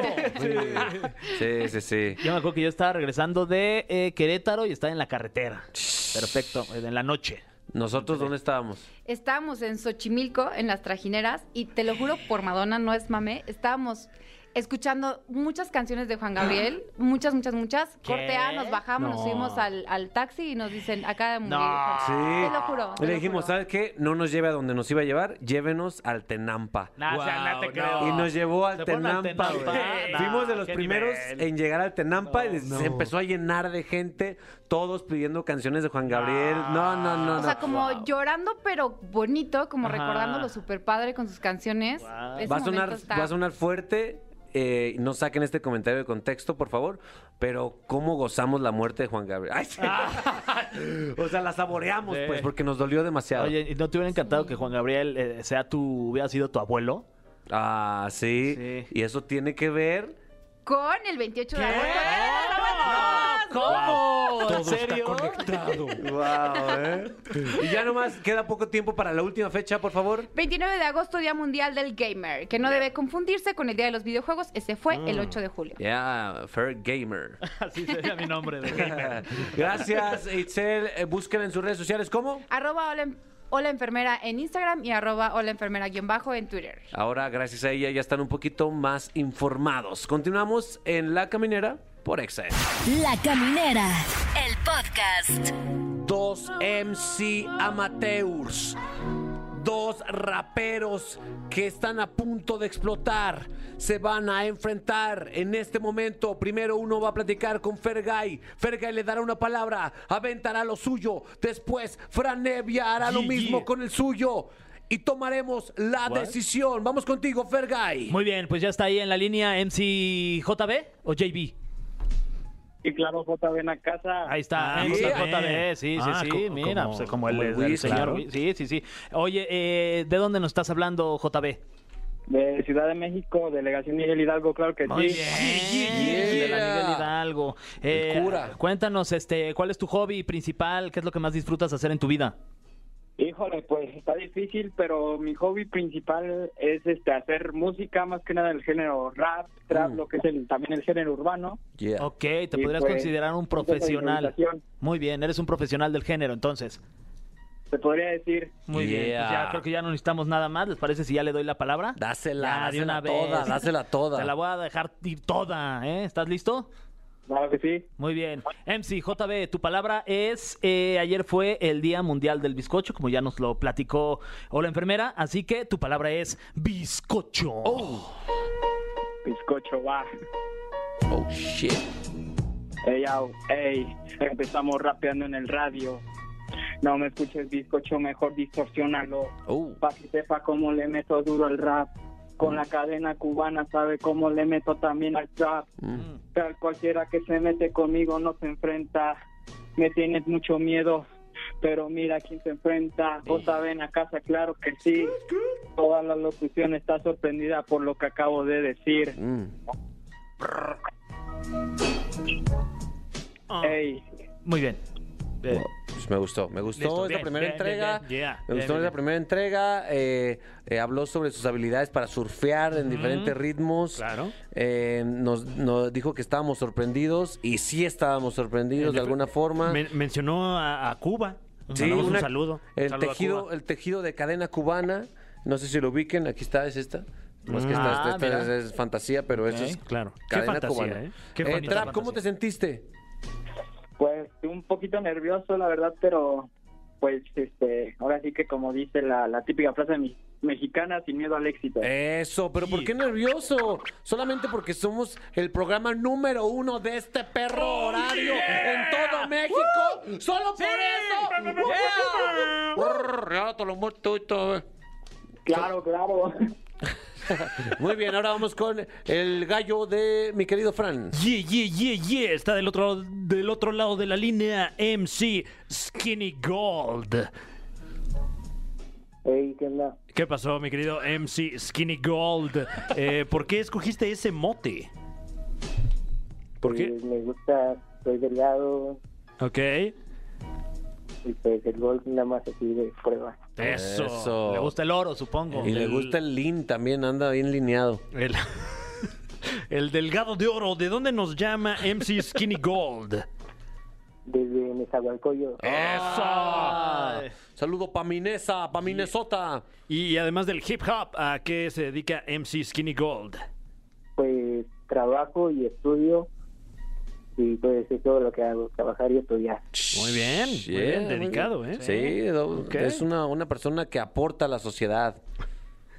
[SPEAKER 2] Sí, sí, sí.
[SPEAKER 3] Yo me acuerdo que yo estaba regresando de eh, Querétaro y estaba en la carretera. Perfecto, eh, en la noche.
[SPEAKER 2] ¿Nosotros dónde estábamos?
[SPEAKER 11] Estábamos en Xochimilco, en las trajineras, y te lo juro por Madonna, no es mame, estábamos escuchando muchas canciones de Juan Gabriel, muchas, muchas, muchas.
[SPEAKER 2] ¿Qué?
[SPEAKER 11] Cortea, nos bajamos, nos
[SPEAKER 2] No.
[SPEAKER 11] subimos al, al taxi y nos dicen, acaba de morir. Juan".
[SPEAKER 2] Sí.
[SPEAKER 11] Te lo juro. te
[SPEAKER 2] Le
[SPEAKER 11] lo
[SPEAKER 2] dijimos, ¿sabes qué? No nos lleve a donde nos iba a llevar, llévenos al Tenampa.
[SPEAKER 3] Nah, Ah, o sea, no te creo.
[SPEAKER 2] Y nos llevó al
[SPEAKER 3] Se fueron al
[SPEAKER 2] Tenampa.
[SPEAKER 3] Tenampa,
[SPEAKER 2] güey.
[SPEAKER 3] nah,
[SPEAKER 2] Fuimos de los
[SPEAKER 3] qué
[SPEAKER 2] primeros
[SPEAKER 3] nivel.
[SPEAKER 2] en llegar al Tenampa y se empezó a llenar de gente, todos pidiendo canciones de Juan Gabriel. No, no, no.
[SPEAKER 11] O sea,
[SPEAKER 2] no.
[SPEAKER 11] como llorando, pero bonito, como
[SPEAKER 2] Ajá.
[SPEAKER 11] recordándolo super padre con sus canciones. Ese
[SPEAKER 2] Va a, sonar,
[SPEAKER 11] momento está-
[SPEAKER 2] va a sonar fuerte. eh, no saquen este comentario de contexto, por favor. Pero, ¿cómo gozamos la muerte de Juan Gabriel? Ay, sí. o sea, la saboreamos,
[SPEAKER 3] Sí.
[SPEAKER 2] pues, porque nos dolió demasiado.
[SPEAKER 3] Oye, ¿y ¿no te hubiera encantado que Juan Gabriel eh, sea tu, hubiera sido tu abuelo?
[SPEAKER 2] Ah, sí. Y eso tiene que ver.
[SPEAKER 11] Con el 28 de agosto.
[SPEAKER 2] ¿Cómo?
[SPEAKER 4] Todo está conectado.
[SPEAKER 2] Wow, ¿eh? Y ya nomás queda poco tiempo para la última fecha, por favor.
[SPEAKER 11] 29 de agosto, Día Mundial del Gamer, que no debe confundirse con el Día de los Videojuegos. Ese fue el 8 de
[SPEAKER 3] Mm.
[SPEAKER 11] julio.
[SPEAKER 2] Yeah, Fair Gamer.
[SPEAKER 3] Así sería mi nombre de gamer.
[SPEAKER 2] Gracias, Itzel. Eh, Búsquenla en sus redes sociales. ¿Cómo?
[SPEAKER 11] Arroba hola, en- hola enfermera en Instagram y arroba hola enfermera guión bajo en Twitter.
[SPEAKER 2] Ahora, gracias a ella, ya están un poquito más informados. Continuamos en La Caminera por Excel.
[SPEAKER 5] La Caminera, el podcast.
[SPEAKER 2] Dos MC amateurs. Dos raperos que están a punto de explotar. Se van a enfrentar en este momento. Primero uno va a platicar con Fergay. Fergay le dará una palabra. Aventará lo suyo. Después Fran Evia hará lo
[SPEAKER 3] Yeah,
[SPEAKER 2] mismo
[SPEAKER 3] yeah.
[SPEAKER 2] con el suyo. Y tomaremos la
[SPEAKER 3] What?
[SPEAKER 2] decisión. Vamos contigo, Fergay.
[SPEAKER 3] Muy bien, pues ya está ahí en la línea MC JB o JB.
[SPEAKER 7] Y claro, J, ven a casa.
[SPEAKER 3] Ahí está,
[SPEAKER 12] Ah,
[SPEAKER 3] MC
[SPEAKER 12] bien.
[SPEAKER 3] JB. Sí, sí,
[SPEAKER 12] Ah,
[SPEAKER 3] sí.
[SPEAKER 12] co-
[SPEAKER 3] mira,
[SPEAKER 12] como-
[SPEAKER 3] pues, como,
[SPEAKER 12] como
[SPEAKER 3] el,
[SPEAKER 12] el
[SPEAKER 3] el
[SPEAKER 12] Wiz,
[SPEAKER 3] señor.
[SPEAKER 12] claro.
[SPEAKER 3] Wiz. Sí, sí, sí. Oye, eh, ¿de dónde nos estás hablando, JB?
[SPEAKER 7] De Ciudad de México, delegación Miguel Hidalgo, claro que
[SPEAKER 3] Muy
[SPEAKER 7] sí.
[SPEAKER 3] bien, de la Miguel Hidalgo. Eh,
[SPEAKER 7] cura.
[SPEAKER 3] Cuéntanos, este, ¿cuál es tu hobby principal? ¿Qué es lo que más disfrutas hacer en tu vida?
[SPEAKER 7] Híjole, pues está difícil, pero mi hobby principal es este hacer música, más que nada el género rap,
[SPEAKER 3] Mm.
[SPEAKER 7] trap, lo que es el, también el género urbano.
[SPEAKER 3] Ok, te
[SPEAKER 7] Y
[SPEAKER 3] podrías
[SPEAKER 7] pues,
[SPEAKER 3] considerar un
[SPEAKER 7] esa es la
[SPEAKER 3] profesional.
[SPEAKER 7] improvisación.
[SPEAKER 3] Muy bien, eres un profesional del género, entonces.
[SPEAKER 7] Se podría decir.
[SPEAKER 3] Muy bien, pues ya creo que ya no necesitamos nada más. ¿Les parece si ya le doy la palabra?
[SPEAKER 2] Dásela,
[SPEAKER 3] Ya, de
[SPEAKER 2] dásela
[SPEAKER 3] una
[SPEAKER 2] toda,
[SPEAKER 3] vez.
[SPEAKER 2] dásela toda.
[SPEAKER 3] Te la voy a dejar ir toda, ¿eh? ¿Estás listo?
[SPEAKER 7] Claro que sí.
[SPEAKER 3] Muy bien. MC, JB, tu palabra es, eh, ayer fue el Día Mundial del Bizcocho, como ya nos lo platicó Hola Enfermera, así que tu palabra es bizcocho.
[SPEAKER 7] Bizcocho va.
[SPEAKER 2] Oh, shit.
[SPEAKER 7] Ey, au, ey, empezamos rapeando en el radio. No me escuches bizcocho, mejor distorsionalo.
[SPEAKER 2] Oh.
[SPEAKER 7] Pa' que sepa cómo le meto duro al rap. Con la cadena cubana sabe cómo le meto también al trap.
[SPEAKER 2] Mm.
[SPEAKER 7] Tal cualquiera que se mete conmigo no se enfrenta. Me tienes mucho miedo, pero mira quién se enfrenta. Otra ven a casa, claro que sí. Toda la locución está sorprendida por lo que acabo de decir.
[SPEAKER 2] Mm.
[SPEAKER 7] Ey,
[SPEAKER 3] Muy bien.
[SPEAKER 2] Pues me gustó, me gustó
[SPEAKER 3] Listo,
[SPEAKER 2] esta
[SPEAKER 3] bien,
[SPEAKER 2] primera
[SPEAKER 3] bien,
[SPEAKER 2] entrega.
[SPEAKER 3] bien, bien, yeah,
[SPEAKER 2] me
[SPEAKER 3] bien,
[SPEAKER 2] gustó
[SPEAKER 3] bien,
[SPEAKER 2] esta primera entrega. eh, eh, habló sobre sus habilidades para surfear en diferentes ritmos. Claro. nos, nos dijo que estábamos sorprendidos y sí estábamos sorprendidos de alguna forma.
[SPEAKER 4] Men- mencionó a, a Cuba.
[SPEAKER 2] Ah. Sí,
[SPEAKER 4] Mandamos un
[SPEAKER 2] una-
[SPEAKER 4] saludo.
[SPEAKER 2] El
[SPEAKER 4] Saludo a
[SPEAKER 2] tejido,
[SPEAKER 4] Cuba.
[SPEAKER 2] el tejido de cadena cubana. No sé si lo ubiquen. Aquí está, es esta. Más que
[SPEAKER 4] Mm.
[SPEAKER 2] esta,
[SPEAKER 4] Ah,
[SPEAKER 2] esta- esta
[SPEAKER 4] mira.
[SPEAKER 2] es, es fantasía, pero eso
[SPEAKER 4] Ok.
[SPEAKER 2] es
[SPEAKER 4] Claro. Qué
[SPEAKER 2] cadena
[SPEAKER 4] fantasía,
[SPEAKER 2] cubana.
[SPEAKER 4] ¿eh? Qué
[SPEAKER 2] Eh,
[SPEAKER 4] bonita
[SPEAKER 2] Trap, ¿cómo
[SPEAKER 4] fantasía.
[SPEAKER 2] te sentiste?
[SPEAKER 7] Pues un poquito nervioso, la verdad, pero pues este, ahora sí que como dice la, la típica frase mi- mexicana, sin miedo al éxito.
[SPEAKER 2] Eh. Eso, pero ¿por qué nervioso? Solamente porque somos el programa número uno de este perro horario en todo México. ¡Solo por eso! Yeah. Brr, ya te lo muerto y todo, eh.
[SPEAKER 7] Claro, claro.
[SPEAKER 2] Muy bien, ahora vamos con el gallo de mi querido Fran.
[SPEAKER 4] Yeah, yeah, yeah, yeah. Está del otro, del otro lado de la línea MC Skinny Gold.
[SPEAKER 8] Ey, ¿qué onda?
[SPEAKER 4] ¿Qué pasó, mi querido MC Skinny Gold? Eh, ¿Por qué escogiste ese mote? ¿Por qué?
[SPEAKER 8] Pues, me gusta, soy delgado
[SPEAKER 4] Ok.
[SPEAKER 8] y pues el golf nada más así de prueba.
[SPEAKER 4] Eso.
[SPEAKER 2] Eso.
[SPEAKER 3] Le gusta el oro, supongo.
[SPEAKER 2] Y le gusta el lean también, anda bien lineado.
[SPEAKER 4] El, el delgado de oro. ¿De dónde nos llama MC Skinny Gold?
[SPEAKER 8] Desde Nezahualcóyotl.
[SPEAKER 2] Eh.
[SPEAKER 4] ¡Eso!
[SPEAKER 2] Saludo pa' Minesa, pa' Minnesota.
[SPEAKER 4] Y además del hip hop, ¿a qué se dedica MC Skinny Gold?
[SPEAKER 8] Pues trabajo y estudio y pues es todo lo que hago, trabajar y estudiar.
[SPEAKER 4] Muy bien, muy
[SPEAKER 2] Yeah,
[SPEAKER 4] bien,
[SPEAKER 2] muy bien.
[SPEAKER 4] dedicado, ¿eh?
[SPEAKER 2] Sí, do-
[SPEAKER 4] Ok.
[SPEAKER 2] es una, una persona que aporta a la sociedad.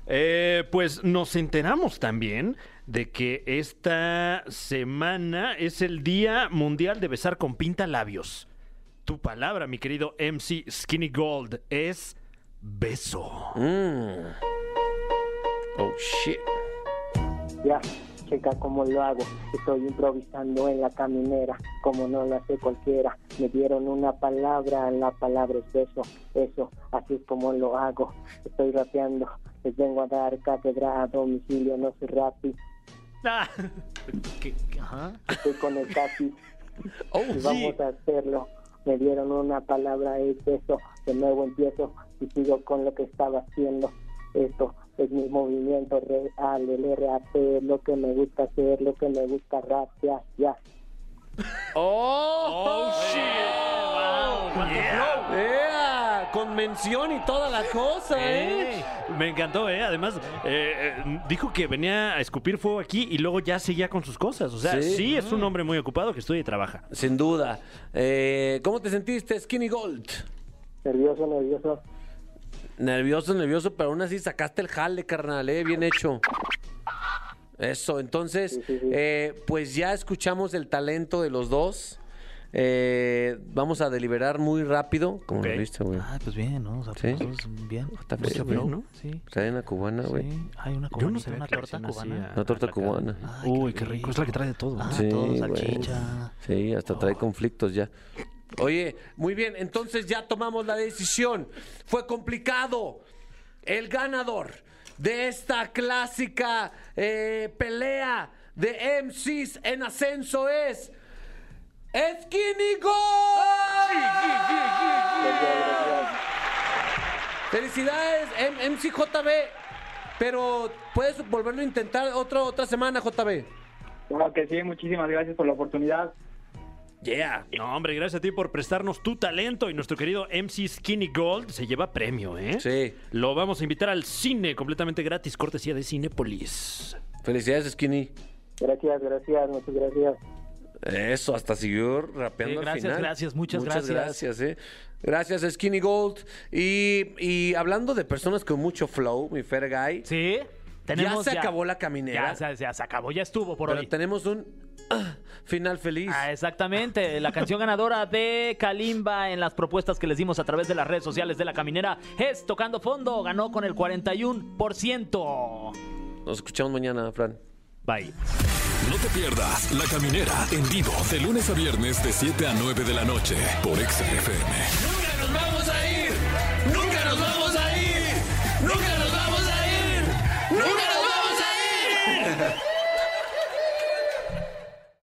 [SPEAKER 4] Eh, pues nos enteramos también de que esta semana es el Día Mundial de Besar con Pinta Labios. Tu palabra, mi querido MC Skinny Gold, es beso.
[SPEAKER 2] Mm. Oh, shit.
[SPEAKER 8] Ya, checa cómo lo hago. Estoy improvisando en la caminera, como no lo hace cualquiera. Me dieron una palabra, la palabra es eso, eso, así es como lo hago. Estoy rapeando,
[SPEAKER 7] Les vengo a dar cátedra a domicilio, no soy rapi.
[SPEAKER 13] Ah. ¿Qué? Ajá.
[SPEAKER 7] Estoy con el capi.
[SPEAKER 2] Oh,
[SPEAKER 7] y vamos a hacerlo. Me dieron una palabra, es eso. De nuevo empiezo y sigo con lo que estaba haciendo. Esto es mi movimiento real, el RAP, es lo que me gusta hacer, lo que me gusta rap, ya, ya.
[SPEAKER 2] ¡Oh! shit! Wow.
[SPEAKER 4] Oh.
[SPEAKER 2] ¡Ea! Con mención y toda la cosa, ¿eh?
[SPEAKER 4] Me encantó, ¿eh? Además, eh, eh, dijo que venía a escupir fuego aquí y luego ya seguía con sus cosas. O sea,
[SPEAKER 2] Sí.
[SPEAKER 4] sí, es
[SPEAKER 3] Ah.
[SPEAKER 4] un hombre muy ocupado que estudia y trabaja.
[SPEAKER 2] Sin duda. Eh, ¿Cómo te sentiste, Skinny Gold?
[SPEAKER 7] Nervioso, nervioso.
[SPEAKER 2] Nervioso, nervioso, pero aún así sacaste el jale, carnal, ¿eh? Bien hecho. Eso, entonces, eh, pues ya escuchamos el talento de los dos. Eh, vamos a deliberar muy rápido, como lo viste, güey.
[SPEAKER 3] Ay, pues bien, ¿no? O sea,
[SPEAKER 2] Sí.
[SPEAKER 3] pues, bien.
[SPEAKER 2] Está
[SPEAKER 3] Mucho
[SPEAKER 2] feliz,
[SPEAKER 3] flow,
[SPEAKER 2] güey.
[SPEAKER 3] ¿no? Sí.
[SPEAKER 2] Cadena cubana, güey.
[SPEAKER 3] Hay una
[SPEAKER 4] Yo no
[SPEAKER 3] cubanita,
[SPEAKER 4] sabía
[SPEAKER 3] una
[SPEAKER 4] que le
[SPEAKER 3] torta
[SPEAKER 4] hacían así
[SPEAKER 3] cubana.
[SPEAKER 2] Una torta cubana.
[SPEAKER 3] Ah, Uy, qué rico. Es la que trae de todo. Ah,
[SPEAKER 2] sí,
[SPEAKER 3] todo,
[SPEAKER 2] güey.
[SPEAKER 3] salchicha.
[SPEAKER 2] Sí, hasta trae conflictos ya. Oye, muy bien, entonces ya tomamos la decisión. Fue complicado. El ganador de esta clásica eh, pelea de MCs en ascenso es Skinny Gold. Felicidades, M- MC JB. Pero puedes volverlo a intentar otra otra semana, JB.
[SPEAKER 7] Claro que sí, muchísimas gracias por la oportunidad.
[SPEAKER 2] Yeah.
[SPEAKER 4] No, hombre, gracias a ti por prestarnos tu talento y nuestro querido MC Skinny Gold se lleva premio, ¿eh?
[SPEAKER 2] Sí.
[SPEAKER 4] Lo vamos a invitar al cine completamente gratis, cortesía de Cinepolis.
[SPEAKER 2] Felicidades, Skinny.
[SPEAKER 7] Gracias, gracias, muchas gracias.
[SPEAKER 2] Eso, hasta siguió rapeando
[SPEAKER 3] Sí,
[SPEAKER 2] al
[SPEAKER 3] gracias,
[SPEAKER 2] final.
[SPEAKER 3] gracias, muchas gracias.
[SPEAKER 2] gracias, eh. Gracias, Skinny Gold. Y, y hablando de personas con mucho flow, mi fair guy.
[SPEAKER 3] Sí, tenemos
[SPEAKER 2] ya se
[SPEAKER 3] ya-
[SPEAKER 2] acabó la caminera.
[SPEAKER 3] Ya, se- ya se acabó, ya estuvo por
[SPEAKER 2] pero
[SPEAKER 3] hoy.
[SPEAKER 2] tenemos un ah, final feliz.
[SPEAKER 3] Ah, exactamente, la canción ganadora de Kalimba en las propuestas que les dimos a través de las redes sociales de La Caminera es Tocando Fondo, ganó con el 41%.
[SPEAKER 2] Nos escuchamos mañana, Fran.
[SPEAKER 4] Bye.
[SPEAKER 1] No te pierdas La Caminera en vivo de lunes a viernes de 7 a 9 de la noche por XFM.
[SPEAKER 2] ¡Nunca nos vamos a ir! ¡Nunca nos vamos a ir! ¡Nunca